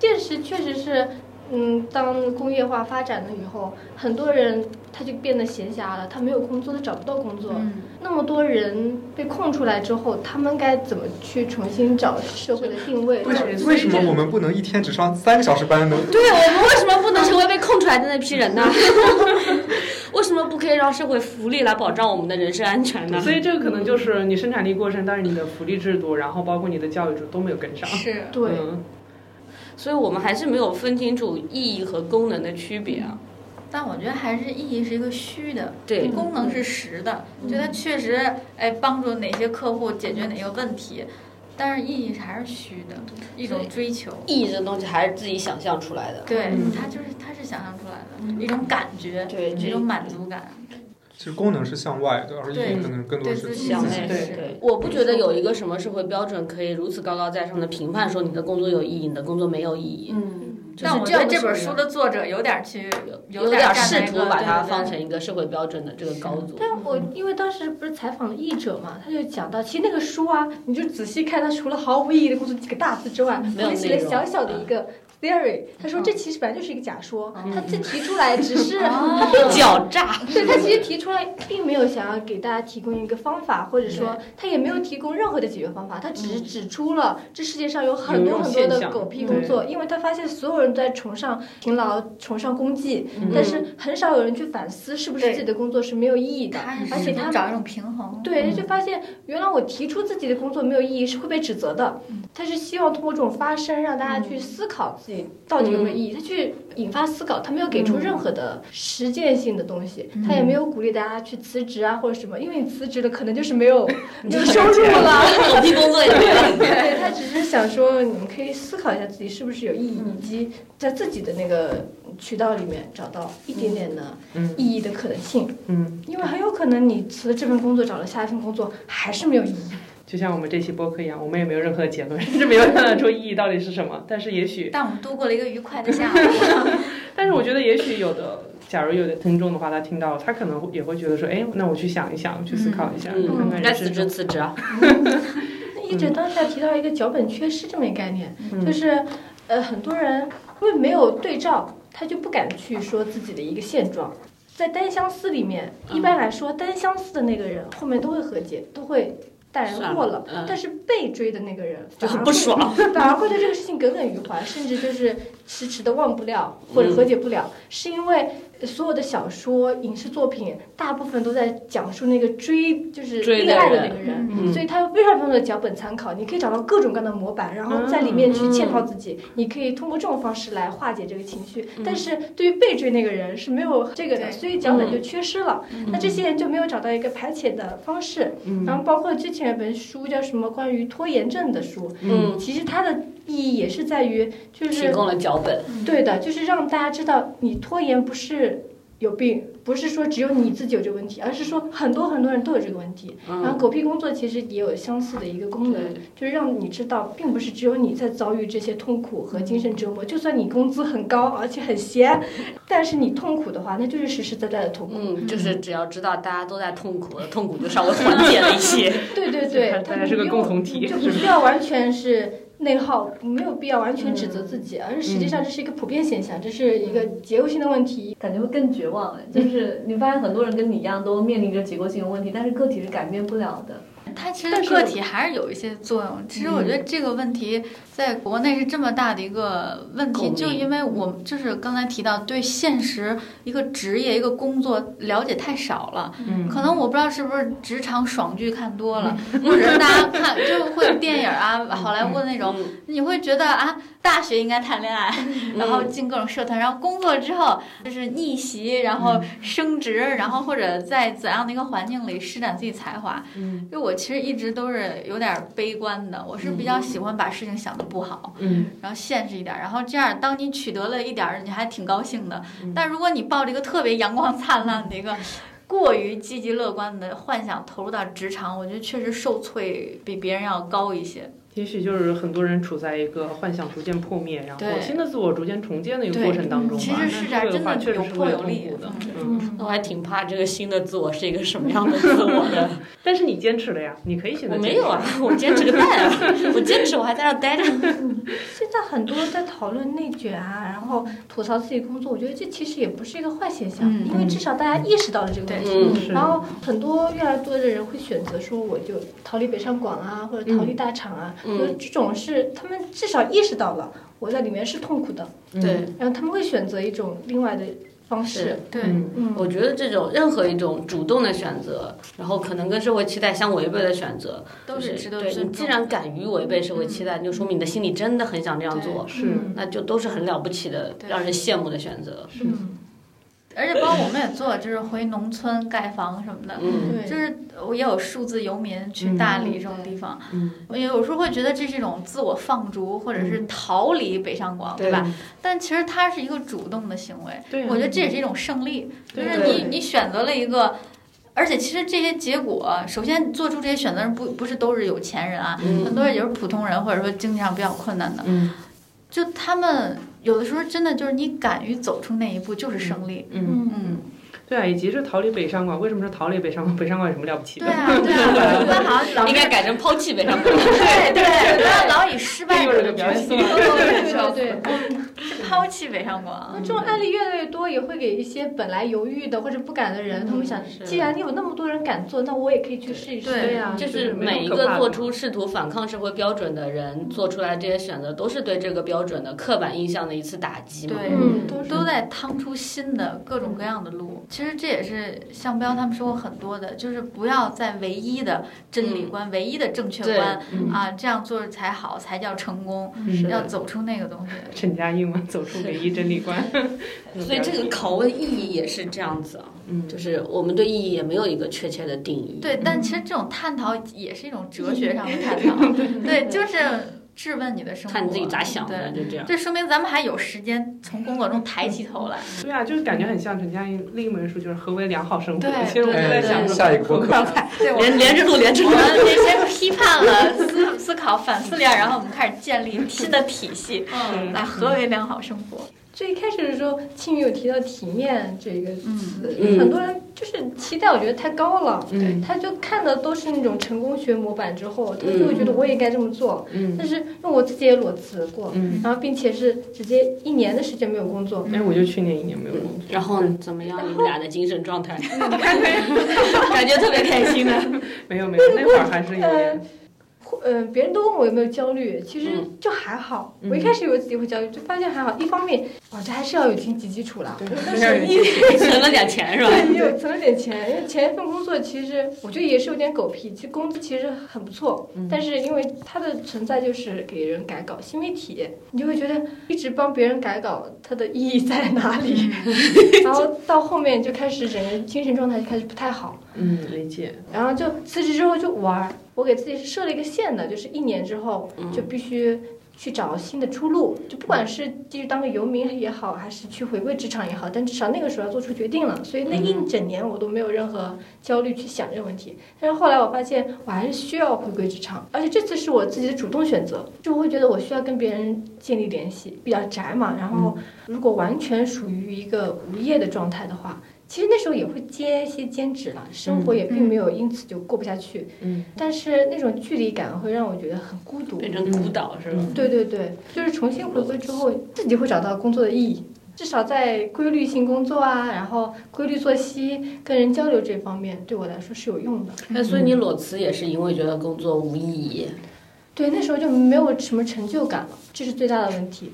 Speaker 2: 电视确实是，嗯，当工业化发展了以后，很多人他就变得闲暇了，他没有工作，他找不到工作。
Speaker 1: 嗯，
Speaker 2: 那么多人被空出来之后，他们该怎么去重新找社会的定位？
Speaker 3: 为什么为什么我们不能一天只上三个小时班呢？
Speaker 4: 对我们为什么不能成为被空出来的那批人呢？ 为什么不可以让社会福利来保障我们的人身安全呢？
Speaker 5: 嗯所以这个可能就是你生产力过剩，但是你的福利制度，然后包括你的教育制度都没有跟
Speaker 2: 啊
Speaker 5: 上。
Speaker 1: 是
Speaker 2: 对，
Speaker 5: 嗯
Speaker 4: 所以我们还是没有分清楚意义和功能的区别啊。
Speaker 1: 但我觉得还是意义是一个虚的，
Speaker 4: 对
Speaker 1: 功能是实的，就它确实哎帮助哪些客户解决哪个问题，但是意义还是虚的，一种追求。
Speaker 4: 意义这东西还是自己想象出来的。
Speaker 1: 对
Speaker 5: 嗯，
Speaker 1: 它就是它是想象出来的一种感觉，
Speaker 4: 对
Speaker 1: 一种满足感，
Speaker 3: 其实功能是向外的，而意义
Speaker 1: 对
Speaker 3: 可能更多
Speaker 1: 对
Speaker 3: 是
Speaker 1: 自
Speaker 3: 己
Speaker 1: 己
Speaker 4: 向
Speaker 3: 自
Speaker 4: 内
Speaker 3: 己
Speaker 5: 对
Speaker 1: 是
Speaker 4: 对，我不觉得有一个什么社会标准可以如此高高在上的评判说你的工作有意义，你的工作没有意义。
Speaker 8: 嗯，
Speaker 4: 就是
Speaker 1: 但我觉
Speaker 4: 样
Speaker 1: 得
Speaker 4: 的
Speaker 1: 这本
Speaker 4: 水
Speaker 1: 书
Speaker 4: 平
Speaker 1: 的作者有点去
Speaker 4: 有
Speaker 1: 有
Speaker 4: 点
Speaker 1: 点
Speaker 4: 儿
Speaker 1: 站
Speaker 4: 试
Speaker 1: 在一
Speaker 4: 图
Speaker 1: 个
Speaker 4: 把
Speaker 1: 对
Speaker 4: 它
Speaker 1: 对
Speaker 4: 放
Speaker 1: 对
Speaker 4: 成一个社会标准的这个高度。
Speaker 2: 但我因为当时不是采访了译者嘛，他就讲到，其实那个书啊，你就仔细看，它除了毫无意义的工作几个大字之
Speaker 3: 嗯
Speaker 2: 外，
Speaker 4: 没有
Speaker 2: 还写了
Speaker 4: 内容
Speaker 2: 小小的一个 theory。他说这其实本来就是一个假说，他
Speaker 5: 嗯
Speaker 2: 自己提出来只是
Speaker 4: 哦
Speaker 2: 他并
Speaker 4: 狡诈，
Speaker 2: 嗯对他其实提出来，并没有想要给大家提供一个方法，或者说他也没有提供任何的解决方法，他只是指出了这世界上有很多
Speaker 5: 有
Speaker 2: 很多
Speaker 5: 一种现
Speaker 2: 的
Speaker 5: 象
Speaker 2: 狗屁工作，因为他发现所有人都在崇尚勤劳、崇尚功绩，
Speaker 5: 嗯
Speaker 2: 但是很少有人去反思是不是
Speaker 1: 对
Speaker 2: 自己的工作是没有意义的，
Speaker 1: 他
Speaker 2: 而且
Speaker 1: 是
Speaker 2: 他
Speaker 1: 能找一种平衡。
Speaker 2: 对，就发现原来我提出自己的工作没有意义是会被指责的。他是希望通过这种发声，让大家去思考自己到底有没有意义，他去引发思考。他没有给出任何的实践性的东西，他也没有鼓励大家去辞职啊或者什么，因为你辞职了可能就是没有没有收入了。
Speaker 4: 狗屁工作也 没有。
Speaker 2: 对他只是想说，你们可以思考一下自己是不是有意义，以
Speaker 5: 嗯
Speaker 2: 及在自己的那个渠道里面找到一点点的
Speaker 5: 嗯
Speaker 2: 意义的可能性。
Speaker 5: 嗯，
Speaker 2: 因为很有可能你辞了这份工作，找了下一份工作还是没有意义。
Speaker 5: 就像我们这期播客一样，我们也没有任何的结论， 甚至没有看得出意义到底是什么。但是也许，
Speaker 1: 但我们度过了一个愉快的下午，
Speaker 5: 但是我觉得也许有的，假如有的听众的话，他听到了，他可能会也会觉得说，哎，那我去想一想，去思考一下，看看
Speaker 4: 嗯，该
Speaker 5: 人
Speaker 4: 辞
Speaker 5: 生
Speaker 4: 职辞职啊！
Speaker 5: 嗯
Speaker 2: 一直当时还提到一个脚本缺失这么一个概念，就是呃很多人因为没有对照，他就不敢去说自己的一个现状。在单相思里面，
Speaker 5: 嗯
Speaker 2: 一般来说单相思的那个人后面都会和解，都会淡然哎过了
Speaker 4: 算了嗯。
Speaker 2: 但是被追的那个人
Speaker 4: 就很
Speaker 2: 反而
Speaker 4: 不
Speaker 2: 会
Speaker 4: 爽，
Speaker 2: 反而会对这个事情耿耿于怀，甚至就是迟迟的忘不了或
Speaker 4: 嗯
Speaker 2: 者和解不了，是因为所有的小说、影视作品大部分都在讲述那个追就是
Speaker 4: 追的
Speaker 2: 恋爱的
Speaker 4: 人
Speaker 2: 那个人，
Speaker 5: 嗯
Speaker 2: 所以他有非常非常多的脚本参考，你可以找到各种各样的模板，然后在里面去嵌套自己，你可以通过这种方式来化解这个情绪。但是对于被追那个人是没有这个的，
Speaker 1: 对
Speaker 2: 所以脚
Speaker 4: 嗯
Speaker 2: 本就缺失了。那这些人就没有找到一个排解的方式，
Speaker 4: 嗯
Speaker 2: 然后包括之前有本书叫什么关于拖延症的书，
Speaker 4: 嗯，
Speaker 2: 其实它的意义也是在于，就
Speaker 4: 提
Speaker 2: 是
Speaker 4: 供了脚本，
Speaker 2: 对的，就是让大家知道你拖延不是有病，不是说只有你自己有这个问题，而是说很多很多人都有这个问题。然后
Speaker 4: 嗯，
Speaker 2: 狗屁工作其实也有相似的一个功能，就是让你知道，并不是只有你在遭遇这些痛苦和精神折磨。
Speaker 5: 嗯
Speaker 2: 就算你工资很高，而且很闲，但是你痛苦的话，那就是实实在在的痛苦。
Speaker 4: 嗯，就是只要知道大家都在痛苦，痛苦就稍微缓解了一些。
Speaker 2: 对对对，
Speaker 5: 它
Speaker 2: 他
Speaker 5: 它是个
Speaker 2: 不
Speaker 5: 共
Speaker 2: 用
Speaker 5: 同体
Speaker 2: 就不需要完全是内耗，没有必要完全指责自
Speaker 5: 嗯
Speaker 2: 己，而是实际上这是一个普遍现象，这是一个结构性的问
Speaker 5: 嗯
Speaker 2: 题。
Speaker 8: 感觉会更绝望哎，就是你发现很多人跟你一样都面临着结构性的问题，但是个体是改变不了的。
Speaker 1: 它其
Speaker 2: 但
Speaker 1: 实
Speaker 2: 是嗯
Speaker 1: 个体还是有一些作用。其实我觉得这个问题在国内是这么大的一个问题，
Speaker 4: 共鸣
Speaker 1: 就因为我们就是刚才提到对现实一个职业一个工作了解太少了，
Speaker 5: 嗯
Speaker 1: 可能我不知道是不
Speaker 2: 嗯
Speaker 1: 是职场爽剧看多了，或者是大家看就会电影啊、好莱坞那种，求，你会觉得啊，大学应该谈恋爱，
Speaker 2: 嗯
Speaker 4: 嗯
Speaker 1: 然后进各种社团，然后工作之后就是逆袭，然
Speaker 2: 嗯
Speaker 1: 后升职，然后或者在怎样的一个环境里施展自己才华。
Speaker 5: 嗯
Speaker 1: 就我其实一直都是有点悲观的，我是比较喜欢把事情想得不好，
Speaker 5: 嗯
Speaker 1: 然后现实一点儿，然后这样，当你取得了一点儿，你还挺高兴的
Speaker 5: 嗯。
Speaker 1: 但如果你抱着一个特别阳光灿烂的一个过于积极乐观的幻想投入到职场，我觉得确实受挫比别人要高一些。
Speaker 5: 也许就是很多人处在一个幻想逐渐破灭，然后
Speaker 1: 对
Speaker 5: 新的自我逐渐重建的一个
Speaker 1: 对嗯
Speaker 5: 过程当中吧。
Speaker 1: 其实是这样，
Speaker 5: 那这
Speaker 1: 真
Speaker 5: 个话
Speaker 1: 的
Speaker 5: 确
Speaker 1: 有
Speaker 5: 实是
Speaker 1: 破
Speaker 5: 会
Speaker 1: 有
Speaker 5: 痛
Speaker 1: 力
Speaker 5: 苦的。。
Speaker 1: 嗯
Speaker 5: 嗯，
Speaker 4: 我还挺怕这个新的自我是一个什么样的自我的。
Speaker 5: 嗯 但是你坚持了呀，你可以现在
Speaker 4: 我
Speaker 5: 坚
Speaker 4: 没
Speaker 5: 持
Speaker 4: 有啊， 我坚持个蛋啊！我坚持，我还在那儿待着。
Speaker 2: 现在很多在讨论内卷啊，然后吐槽自己工作，我觉得这其实也不是一个坏现象，
Speaker 1: 嗯
Speaker 2: 因为至少大家意识到了这个问题。
Speaker 4: 嗯，
Speaker 5: 是
Speaker 2: 然后很多越来越多的人会选择说，我就逃离北上广啊，或者逃离大厂啊，
Speaker 4: 嗯
Speaker 2: 就是这种是他们至少意识到了我在里面是痛苦的，
Speaker 5: 嗯
Speaker 4: 对，
Speaker 2: 然后他们会选择一种另外的方式
Speaker 4: 是。
Speaker 1: 对，
Speaker 5: 嗯
Speaker 2: 嗯，
Speaker 4: 我觉得这种任何一种主动的选择，然后可能跟社会期待相违背的选择，
Speaker 1: 都
Speaker 4: 就是是
Speaker 1: 值得
Speaker 4: 对你
Speaker 1: 尊
Speaker 4: 既
Speaker 1: 重。
Speaker 4: 然敢于违背社会期待，就说明你的心里真的很想这样做，
Speaker 1: 嗯
Speaker 5: 是
Speaker 2: 嗯
Speaker 4: 那就都是很了不起的，
Speaker 1: 对
Speaker 4: 让人羡慕的选择。
Speaker 5: 是
Speaker 2: 嗯，
Speaker 1: 而且包括我们也做，就是回农村盖房什么的，
Speaker 4: 嗯，
Speaker 2: 对，
Speaker 1: 就是我也有数字游民去大理这种地方，
Speaker 5: 嗯
Speaker 1: 我有时候会觉得这是一种自我放逐，或者是逃离北上广，对吧？？但其实它是一个主动的行为，
Speaker 5: 对啊，
Speaker 1: 我觉得这也是一种胜利，就
Speaker 5: 对
Speaker 1: 是
Speaker 5: 对
Speaker 1: 你你选择了一个，而且其实这些结果，首先做出这些选择的人不不是都是有钱人啊，
Speaker 4: 嗯
Speaker 1: 很多人也是普通人，或者说经济上比较困难的，
Speaker 5: 嗯
Speaker 1: 就他们有的时候真的就是你敢于走出那一步就是胜利，
Speaker 5: 嗯，
Speaker 2: 嗯，
Speaker 1: 嗯，
Speaker 5: 对啊，以及是逃离北上广，为什么是逃离北上广？北上广有什么了不起的
Speaker 1: 对？啊对 啊，我们好像老
Speaker 4: 应该改成抛弃北上 广。
Speaker 1: 对对，不要老以失败
Speaker 5: 这又是
Speaker 1: 者
Speaker 5: 个
Speaker 1: 的
Speaker 5: 表
Speaker 1: 角
Speaker 5: 演
Speaker 1: 色
Speaker 5: 对
Speaker 2: 对对对。
Speaker 1: 是抛弃北上广
Speaker 2: 那，这种案例越来越多，也会给一些本来犹豫的或者不敢的人，他们想，
Speaker 4: 是
Speaker 2: 既然有那么多人敢做，那我也可以去试一试。啊
Speaker 1: 对
Speaker 5: 呀、
Speaker 4: 就
Speaker 5: 就是
Speaker 4: 是
Speaker 5: 没有
Speaker 4: 每一
Speaker 5: 可怕的
Speaker 4: 个做
Speaker 5: 嘛
Speaker 4: 出试图反抗社会标准的人做出来这些选择，都是对这个标准的刻板印象的一次打击嘛。
Speaker 1: 对
Speaker 2: 嗯，都是
Speaker 1: 都在趟出新的各种各样的路。其实这也是向彪他们说过很多的，就是不要在唯一的真理观、唯一的正确观
Speaker 5: 嗯
Speaker 1: 啊，这样做才好，才叫成功。
Speaker 5: 是的
Speaker 1: 要走出那个东西。
Speaker 5: 陈嘉映嘛，走出唯一真理 观。
Speaker 4: 所以这个拷问意义也是这样子啊，
Speaker 5: 嗯，
Speaker 4: 就是我们对意义也没有一个确切的定义。
Speaker 1: 对，但其实这种探讨也是一种哲学上的探讨，对，就是质问你的生活。
Speaker 4: 看你自己咋想的，
Speaker 1: 对。
Speaker 4: 就这样。
Speaker 1: 这说明咱们还有时间从工作中抬起头来。
Speaker 5: 对啊，就是感觉很像陈嘉映另一本书，就是何为良好生活
Speaker 1: 对。
Speaker 5: 其实我就在
Speaker 1: 对
Speaker 5: 想
Speaker 1: 对
Speaker 5: 说，
Speaker 3: 下一 个播客
Speaker 1: 对，我
Speaker 4: 连连着录，连着
Speaker 1: 我
Speaker 4: 录
Speaker 1: 们。那些批判了、思思考、反思了一下，然后我们开始建立新的体系，
Speaker 5: 嗯
Speaker 1: 来何为良好生活？
Speaker 2: 最一开始的时候，庆宇有提到体面这个词，
Speaker 4: 嗯
Speaker 2: 很多人就是期待，我觉得太高了。
Speaker 5: 嗯
Speaker 2: 他就看的都是那种成功学模板之后，他就会觉得我也该这么做。
Speaker 5: 嗯
Speaker 2: 但是因为我自己也裸辞过，
Speaker 5: 嗯，
Speaker 2: 然后并且是直接一年的时间没有工作，
Speaker 5: 哎，我就去年一年没有工作，
Speaker 4: 嗯然后怎么样？你们俩的精神状态？
Speaker 1: 嗯
Speaker 4: 感觉特别开心 啊的。
Speaker 5: 没有没有，那会儿还是有点，
Speaker 2: 嗯、别人都问我有没有焦虑，其实
Speaker 4: 嗯
Speaker 2: 就还好。
Speaker 5: 嗯
Speaker 2: 我一开始以为自己会焦虑，就发现还好。一方面，哦，这还是要有经济基础啦。
Speaker 4: 嗯
Speaker 5: 对还
Speaker 2: 但
Speaker 5: 是要有
Speaker 2: 是
Speaker 5: 经
Speaker 2: 一
Speaker 4: 存了点钱是吧？
Speaker 2: 对，也有存了点钱，因为前一份工作其实我觉得也是有点狗屁，其实工资其实很不错，但是因为它的存在就是给人改稿新媒体，你就会觉得一直帮别人改稿，它的意义在哪里？ 然后到后面就开始整个精神状态就开始不太好，
Speaker 5: 嗯，理解，
Speaker 2: 然后就辞职之后就玩儿，我给自己是设了一个线的，就是一年之后就必须去找新的出路，就不管是继续当个游民也好，还是去回归职场也好，但至少那个时候要做出决定了。所以那一整年我都没有任何焦虑去想这个问题。但是后来我发现我还是需要回归职场，而且这次是我自己的主动选择，就我会觉得我需要跟别人建立联系，比较宅嘛。然后如果完全属于一个无业的状态的话，其实那时候也会接一些兼职啦，生活也并没有因此就过不下去。
Speaker 5: 嗯，
Speaker 2: 但是那种距离感会让我觉得很孤独。
Speaker 4: 变成孤岛是吧？
Speaker 1: 嗯
Speaker 2: 对对对，就是重新回归之后，自己会找到工作的意义，至少在规律性工作啊，然后规律作息、跟人交流这方面，对我来说是有用的。
Speaker 4: 那所以你裸辞也是因为觉得工作无意义。
Speaker 2: 对，那时候就没有什么成就感了，这是最大的问题。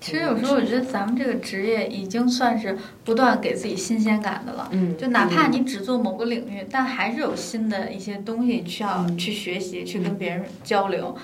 Speaker 1: 其实有时候我觉得咱们这个职业已经算是不断给自己新鲜感的了。
Speaker 5: 嗯，
Speaker 1: 就哪怕你只做某个领域，但还是有新的一些东西需要去学习，去跟别人交流，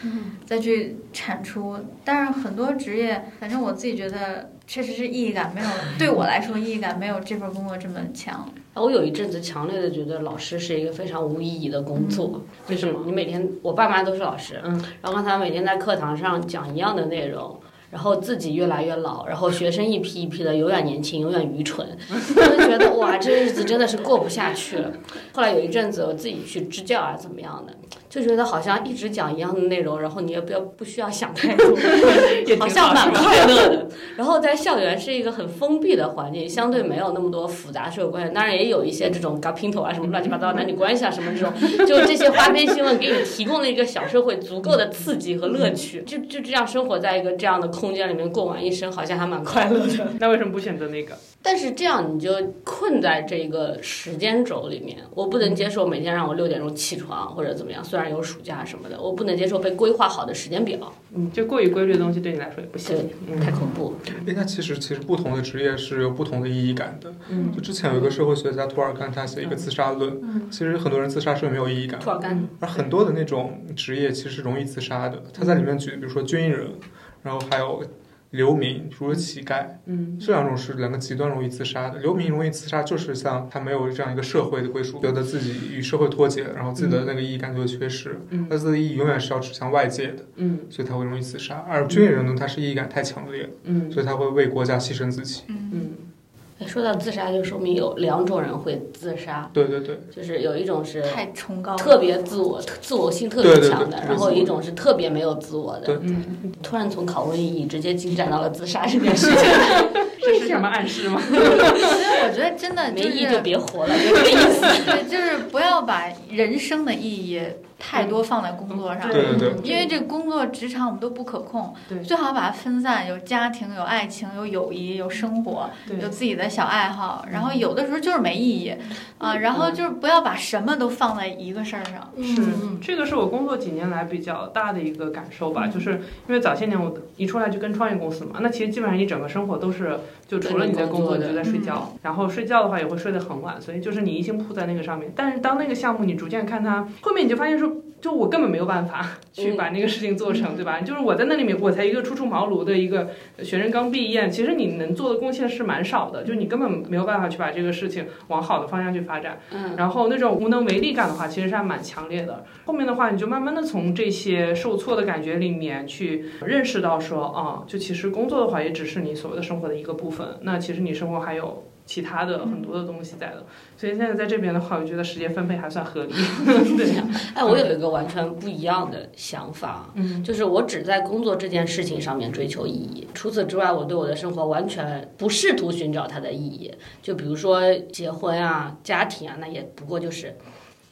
Speaker 1: 再去产出。但是很多职业，反正我自己觉得确实是意义感没有，对我来说意义感没有这份工作这么强。
Speaker 4: 我有一阵子强烈的觉得老师是一个非常无意义的工作，为什么？你每天，我爸妈都是老师，
Speaker 5: 嗯，
Speaker 4: 然后让他每天在课堂上讲一样的内容。然后自己越来越老，然后学生一批一批的，永远年轻，永远愚 蠢，我就觉得哇，这日子真的是过不下去了。后来有一阵子我自己去支教啊，怎么样的，就觉得好像一直讲一样的内容，然后你也不要不需要想太多，
Speaker 5: 也挺
Speaker 4: 好哦像
Speaker 5: 是
Speaker 4: 蛮
Speaker 5: 吧？
Speaker 4: 快乐的。然后在校园是一个很封闭的环境，相对没有那么多复杂社会关系，当然也有一些这种嘎拼头啊什么乱七八糟男女关系啊什么这种，就是这些花边新闻给你提供了一个小社会足够的刺激和乐趣，就就这样生活在一个这样的空间里面过完一生，好像还蛮快乐的。
Speaker 5: 那为什么不选择那个？
Speaker 4: 但是这样你就困在这个时间轴里面，我不能接受每天让我六点钟起床或者怎么样，虽然有暑假什么的，我不能接受被规划好的时间表，
Speaker 5: 嗯，就过于规律的东西对你来说也不行
Speaker 4: 对。
Speaker 5: 嗯
Speaker 4: 太恐怖了。
Speaker 3: 哎，那其实其实不同的职业是有不同的意义感的。
Speaker 5: 嗯
Speaker 3: 就之前有一个社会学家涂尔干，他写一个自杀论，其实很多人自杀是没有意义感的
Speaker 4: 土。尔干
Speaker 3: 而很多的那种职业其实容易自杀的，他在里面举，比如说军人，然后还有流民，比如说乞丐，
Speaker 5: 嗯
Speaker 3: 这两种是两个极端容易自杀的。流民容易自杀，就是像他没有这样一个社会的归属，觉得自己与社会脱节，然后自己的那个意义感就会缺失，
Speaker 5: 嗯
Speaker 3: 他自己的意义永远是要指向外界的，
Speaker 5: 嗯
Speaker 3: 所以他会容易自杀。而军人呢，他是意义感太强烈，
Speaker 5: 嗯
Speaker 3: 所以他会为国家牺牲自己。
Speaker 1: 嗯，
Speaker 5: 嗯
Speaker 4: 说到自杀，就说明有两种人会自杀，
Speaker 3: 对对对，
Speaker 4: 就是有一种是
Speaker 1: 太崇高了。
Speaker 4: 特别自我、特自我性特
Speaker 3: 对
Speaker 4: 别
Speaker 3: 对
Speaker 4: 强
Speaker 3: 对
Speaker 4: 的，
Speaker 3: 特别
Speaker 4: 然后有
Speaker 3: 自
Speaker 4: 一
Speaker 3: 我
Speaker 4: 种是特别没有自我的
Speaker 3: 对。
Speaker 5: 嗯，
Speaker 4: 突然从拷问意义直接进展到了自杀这 件事情，
Speaker 5: 这是什么暗示吗？
Speaker 1: 所以我觉得真的
Speaker 4: 没
Speaker 1: 就是
Speaker 4: 意义就别活了，就这个 意思。
Speaker 1: 对，就是不要把人生的意义太多放在工作上。
Speaker 3: 嗯对对对，
Speaker 1: 因为这工作、职场我们都不可控
Speaker 5: 对，
Speaker 1: 最好把它分散，有家庭、有爱情、有友谊、有生活，
Speaker 5: 对
Speaker 1: 有自己的小爱好。
Speaker 3: 嗯
Speaker 1: 然后有的时候就是没意义，啊，然后就是不要把什么都放在一个事儿上。
Speaker 5: 是，这个是我工作几年来比较大的一个感受吧，就是因为早些年我一出来就跟创业公司嘛，那其实基本上你整个生活都是，就除了你在工作，嗯
Speaker 4: 跟
Speaker 5: 你
Speaker 4: 你
Speaker 5: 就
Speaker 4: 工作
Speaker 5: 在
Speaker 4: 的
Speaker 5: 睡觉，然后睡觉的话也会睡得很晚，所以就是你一心扑在那个上面。但是当那个项目你逐渐看它后面，你就发现说，就我根本没有办法去把那个事情做成，对吧？就是我在那里面，我才一个初出茅庐的一个学生刚毕业，其实你能做的贡献是蛮少的，就你根本没有办法去把这个事情往好的方向去发展。
Speaker 4: 嗯，
Speaker 5: 然后那种无能为力感的话，其实是还蛮强烈的。后面的话，你就慢慢的从这些受挫的感觉里面去认识到说，啊，就其实工作的话，也只是你所谓的生活的一个部分。那其实你生活还有其他的很多的东西在的。所以现在在这边的话，我觉得时间分配还算合理。对，
Speaker 4: 哎，我有一个完全不一样的想法，啊
Speaker 5: 嗯
Speaker 4: 就是我只在工作这件事情上面追求意义，除此之外，我对我的生活完全不试图寻找它的意义。就比如说结婚啊、家庭啊，那也不过就是，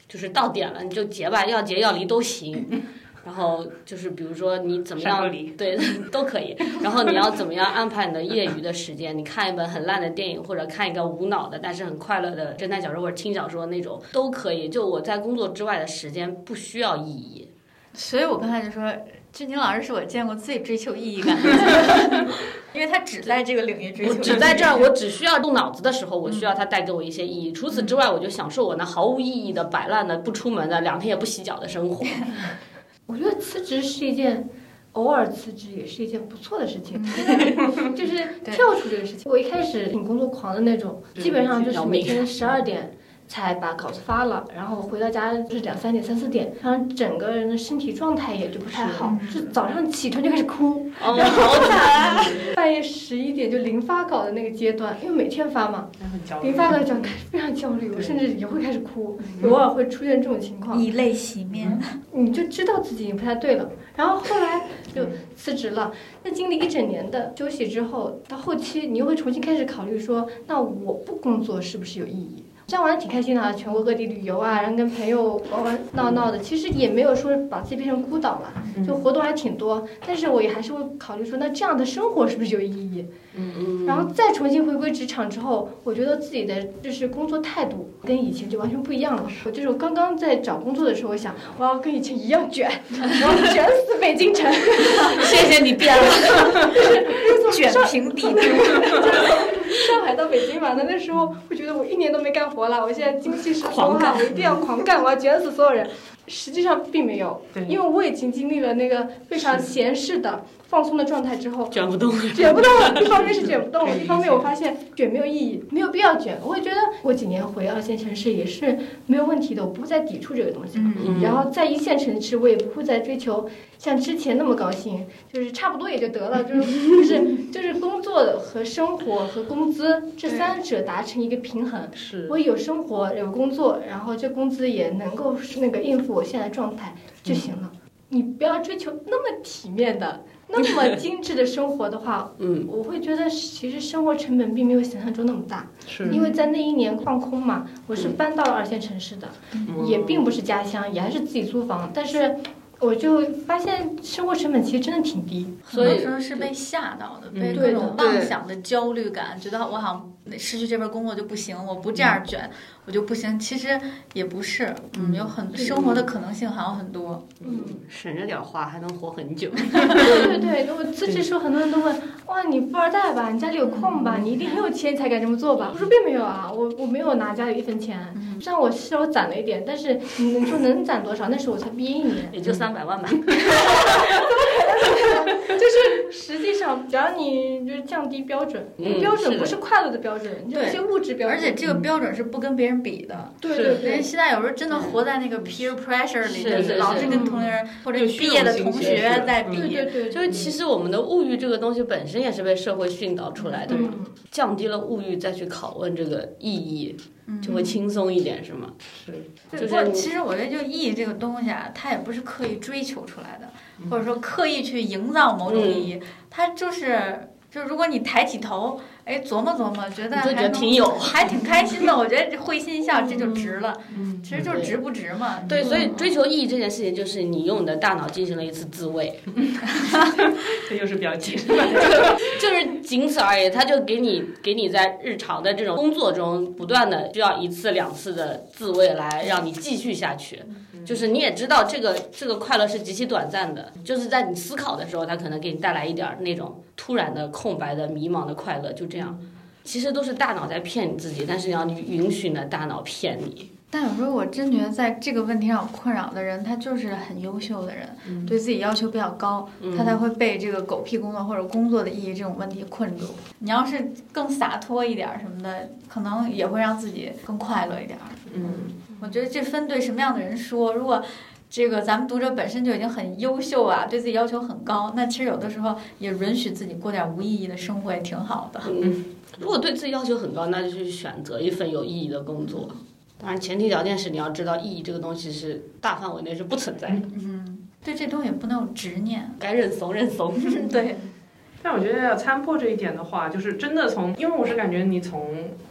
Speaker 4: 就是到点了你就结吧，要结要离都 行。然后就是比如说你怎么
Speaker 5: 山
Speaker 4: 样
Speaker 5: 河离，
Speaker 4: 对 都可以。然后你要怎么样安排你的业余的时间？你看一本很烂的电影，或者看一个无脑的但是很快乐的侦探小说或者轻小说那种都可以。就我在工作之外的时间不需要意义。
Speaker 1: 所以我刚才就说，俊宁老师是我见过最追求意义感的， 人，因为他只在这个领域追
Speaker 4: 我
Speaker 1: 求。
Speaker 4: 只在这儿，我只需要动脑子的时候，我需要它带给我一些意义。除此之外，我就享受我那毫无意义的摆烂的、不出门的、两天也不洗脚的生活。
Speaker 2: 我觉得辞职是一件，偶尔辞职也是一件不错的事情，因为 就是
Speaker 1: 对
Speaker 2: 跳出这个事情。我一开始挺工作狂的那种，
Speaker 5: 对
Speaker 2: 基本上就是
Speaker 4: 要
Speaker 2: 每
Speaker 4: 命
Speaker 2: 天十二点。才把稿子发了，然后回到家就是两三点、三四点，然后整个人的身体状态也就不太好，
Speaker 3: 嗯
Speaker 2: 就早上起床就开始哭，
Speaker 4: 哦，好惨！
Speaker 2: 半夜十一点就零发稿的那个阶段，因为每天发嘛，
Speaker 5: 很焦虑
Speaker 2: 零。发稿就开始非常焦虑，我甚至也会开始哭，偶尔会出现这种情
Speaker 3: 嗯
Speaker 2: 况。
Speaker 1: 以泪洗面，
Speaker 2: 你就知道自己不太对了。然后后来就辞职了。那经历一整年的休息之后，到后期你又会重新开始考虑说，那我不工作是不是有意义？这样玩的挺开心的啊，全国各地旅游啊，然后跟朋友玩玩闹闹的，其实也没有说把自己变成孤岛嘛，就活动还挺多。但是我也还是会考虑说，那这样的生活是不是有意义？
Speaker 4: 嗯
Speaker 2: 然后再重新回归职场之后，我觉得自己的就是工作态度跟以前就完全不一样了。我就是我刚刚在找工作的时候，我想我要跟以前一样卷，我要卷死北京城。
Speaker 4: 谢谢你变了，
Speaker 9: 卷平底都，
Speaker 2: 上海到北京嘛，那那时候我觉得我一年都没干活了，我现在精气神丰汉，我一定要狂干，我要卷死所有人。实际上并没有，
Speaker 5: 对
Speaker 2: 因为我已经经历了那个非常闲适的放松的状态之后，
Speaker 4: 卷不动了。
Speaker 2: 卷不动了。一方面 是卷不动了，一方面我发现卷没有意义，没有必要卷。我会觉得过几年回二线城市也是没有问题的，我不再抵触这个东西了。
Speaker 4: 嗯
Speaker 2: 然后在一线城市，我也不会再追求像之前那么高兴，就是差不多也就得了，就是就是就是工作的和生活和工资这三者达成一个平衡。
Speaker 5: 是
Speaker 2: 我有生活有工作，然后这工资也能够那个应付我现在状态就行了。嗯你不要追求那么体面的、那 么精致的生活的话，
Speaker 4: 嗯，
Speaker 2: 我会觉得其实生活成本并没有想象中那么大，
Speaker 5: 是
Speaker 2: 因为在那一年放空嘛，我是搬到了二线城市的。也并不是家乡，也还是自己租房，但是我就发现生活成本其实真的挺低。
Speaker 1: 很多时候是被吓到的，
Speaker 5: 嗯
Speaker 1: 被各
Speaker 2: 对的
Speaker 1: 种妄想的焦虑感，觉得我好像失去这份工作就不行，我不这样卷我就不行。其实也不是，嗯，有很生活的可能性还有很多。
Speaker 2: 嗯，
Speaker 4: 省着点花还能活很久。
Speaker 2: 对对对，我辞职时候很多人都问，哇，你富二代吧？你家里有空吧？你一定很有钱才敢这么做吧？我说并没有啊，我我没有拿家里一分钱，
Speaker 1: 嗯
Speaker 2: 虽然我是有攒了一点，但是你能说能攒多少？那时候我才毕业一年。嗯
Speaker 4: 也就三百万吧，
Speaker 2: 就是实际上，只要你就是降低标准，
Speaker 4: 嗯
Speaker 2: 标
Speaker 4: 是
Speaker 2: 准
Speaker 4: 的
Speaker 2: 不是快乐的标准，就是一些物质标准。
Speaker 1: 而且这个标准是嗯不跟别人比的，
Speaker 2: 对
Speaker 5: 是
Speaker 2: 对
Speaker 1: 因为
Speaker 2: 对，
Speaker 1: 现在有时候真的活在那个 peer pressure 里，
Speaker 4: 是
Speaker 1: 就是老是
Speaker 4: 是嗯
Speaker 1: 跟同龄人或者
Speaker 5: 有虚
Speaker 1: 毕业的
Speaker 5: 荣心
Speaker 1: 同
Speaker 5: 其实
Speaker 1: 学
Speaker 5: 是
Speaker 1: 在
Speaker 5: 嗯
Speaker 1: 比。
Speaker 2: 对对对，
Speaker 4: 就是其实我们的物欲这个东西本身也是被社会训导出来的，
Speaker 2: 嗯。
Speaker 4: 降低了物欲再去拷问这个意义，
Speaker 1: 嗯
Speaker 4: 就会轻松一点，是吗？
Speaker 1: 对，
Speaker 4: 就是
Speaker 1: 不过
Speaker 4: 你
Speaker 1: 其实我觉得，就意义这个东西啊，它也不是刻意追求出来的，
Speaker 4: 嗯
Speaker 1: 或者说刻意去营造某种意义，它就是就是，如果你抬起头，哎，琢磨琢磨，觉得
Speaker 4: 你
Speaker 1: 还
Speaker 4: 就觉得
Speaker 1: 能
Speaker 4: 挺有。
Speaker 1: 还挺开心的，我觉得这会 心一笑，这就值了。
Speaker 5: 嗯
Speaker 1: 其实就是值不值嘛。嗯
Speaker 4: 对，所以追求意义这件事情，就是你用你的大脑进行了一次自慰，
Speaker 5: 这又是标 记，
Speaker 4: 就是仅此而已。它就给你给你在日常的这种工作中，不断的需要一次两次的自慰来让你继续下去。嗯就是你也知道这个这个快乐是极其短暂的，就是在你思考的时候，它可能给你带来一点儿那种突然的空白的迷茫的快乐，就这样。其实都是大脑在骗你自己，但是你要允许你的大脑骗你。
Speaker 1: 但有时候我真觉得，在这个问题上有困扰的人，他就是很优秀的人，对自己要求比较高，
Speaker 4: 嗯
Speaker 1: 他才会被这个狗屁工作或者工作的意义这种问题困住。你要是更洒脱一点儿什么的，可能也会让自己更快乐一点儿。
Speaker 5: 嗯，
Speaker 1: 我觉得这分对什么样的人说。如果这个咱们读者本身就已经很优秀啊，对自己要求很高，那其实有的时候也允许自己过点无意义的生活也挺好的。
Speaker 4: 嗯，如果对自己要求很高，那就去选择一份有意义的工作。当然，前提条件是你要知道意义这个东西是大范围内是不存在的，
Speaker 1: 嗯，对这东西也不能有执念。嗯
Speaker 4: 该认怂认怂。
Speaker 1: 对，
Speaker 5: 但我觉得要参破这一点的话，就是真的从，因为我是感觉你从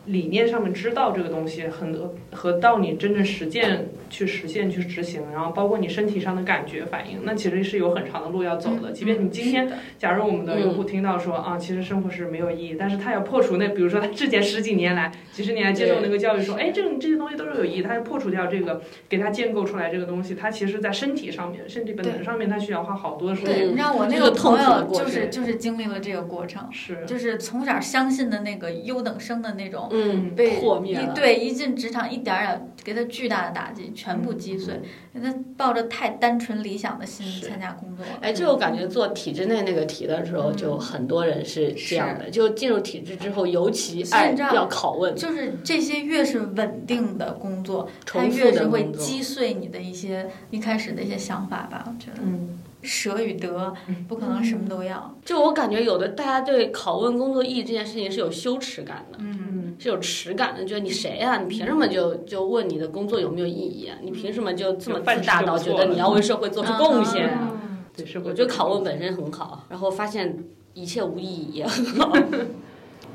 Speaker 5: 理念上面知道这个东西，很多和到你真正实践去实现去执行，然后包括你身体上的感觉反应，那其实是有很长的路要走
Speaker 1: 嗯
Speaker 5: 的。即便你今天，假如我们的用户听到说、啊，其实生活是没有意义，但是他要破除那，比如说他之前十几年来，其实你还接受那个教育说，哎，这个这些东西都是有意义，他要破除掉这个，给他建构出来这个东西，他其实在身体上面，甚至本能上面，他需要花好多的时
Speaker 1: 对，
Speaker 5: 间。
Speaker 1: 你知道我那
Speaker 4: 嗯这
Speaker 1: 个
Speaker 4: 个
Speaker 1: 朋
Speaker 4: 痛苦的
Speaker 1: 友
Speaker 4: 过
Speaker 1: 就是
Speaker 5: 程
Speaker 1: 就是经历了这个过程，
Speaker 5: 是，
Speaker 1: 就是从小相信的那个优等生的那种。
Speaker 4: 嗯，
Speaker 1: 被
Speaker 4: 破灭了
Speaker 1: 一。对一进职场，一点儿点儿给他巨大的打击，全
Speaker 4: 嗯
Speaker 1: 部击碎。他抱着太单纯理想的心
Speaker 4: 是
Speaker 1: 参加工作了，
Speaker 4: 哎，这我感觉做体制内那个题的时候，
Speaker 1: 嗯
Speaker 4: 就很多人是这样的，就进入体制之后，尤其
Speaker 1: 所以
Speaker 4: 爱
Speaker 1: 你知道
Speaker 4: 要拷问，
Speaker 1: 就是这些越是稳定的工作，它
Speaker 4: 重复
Speaker 1: 越
Speaker 4: 的
Speaker 1: 是会
Speaker 4: 工作
Speaker 1: 击碎你的一些一开始的一些想法吧。我觉得
Speaker 5: 嗯。
Speaker 1: 舍与得
Speaker 4: 嗯
Speaker 1: 不可能什么都要。
Speaker 4: 就我感觉有的大家对拷问工作意义这件事情是有羞耻感的，
Speaker 1: 嗯，
Speaker 4: 是有耻感的，觉得你谁呀、你凭什么就就问你的工作有没有意义啊？你凭什么就这么自大到觉得你要为社会做出贡献
Speaker 2: 嗯
Speaker 4: 啊？
Speaker 5: 对，是
Speaker 4: 我
Speaker 5: 会
Speaker 4: 啊觉得拷问本身很好，然后发现一切无意义也很好。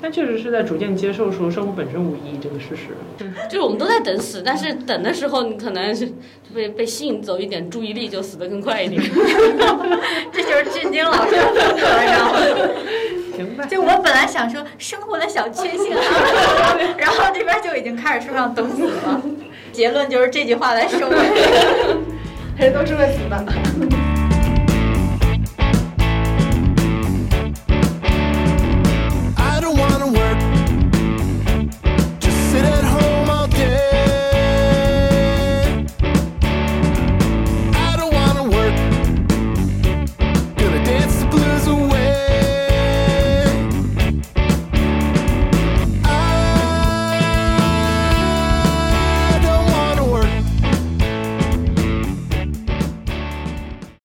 Speaker 5: 但确实是在逐渐接受说生活本身无意义这个事实。
Speaker 4: 就是我们都在等死，但是等的时候你可能是就被被吸引走一点注意力，就死得更快一点。
Speaker 1: 嗯这就是俊晶老师的风格，你知道吗？
Speaker 5: 行吧，
Speaker 1: 就我本来想说生活的小确幸啊， 然后这边就已经开始说上等死了。结论就是这句话来收尾，
Speaker 2: 还是都是问题吧。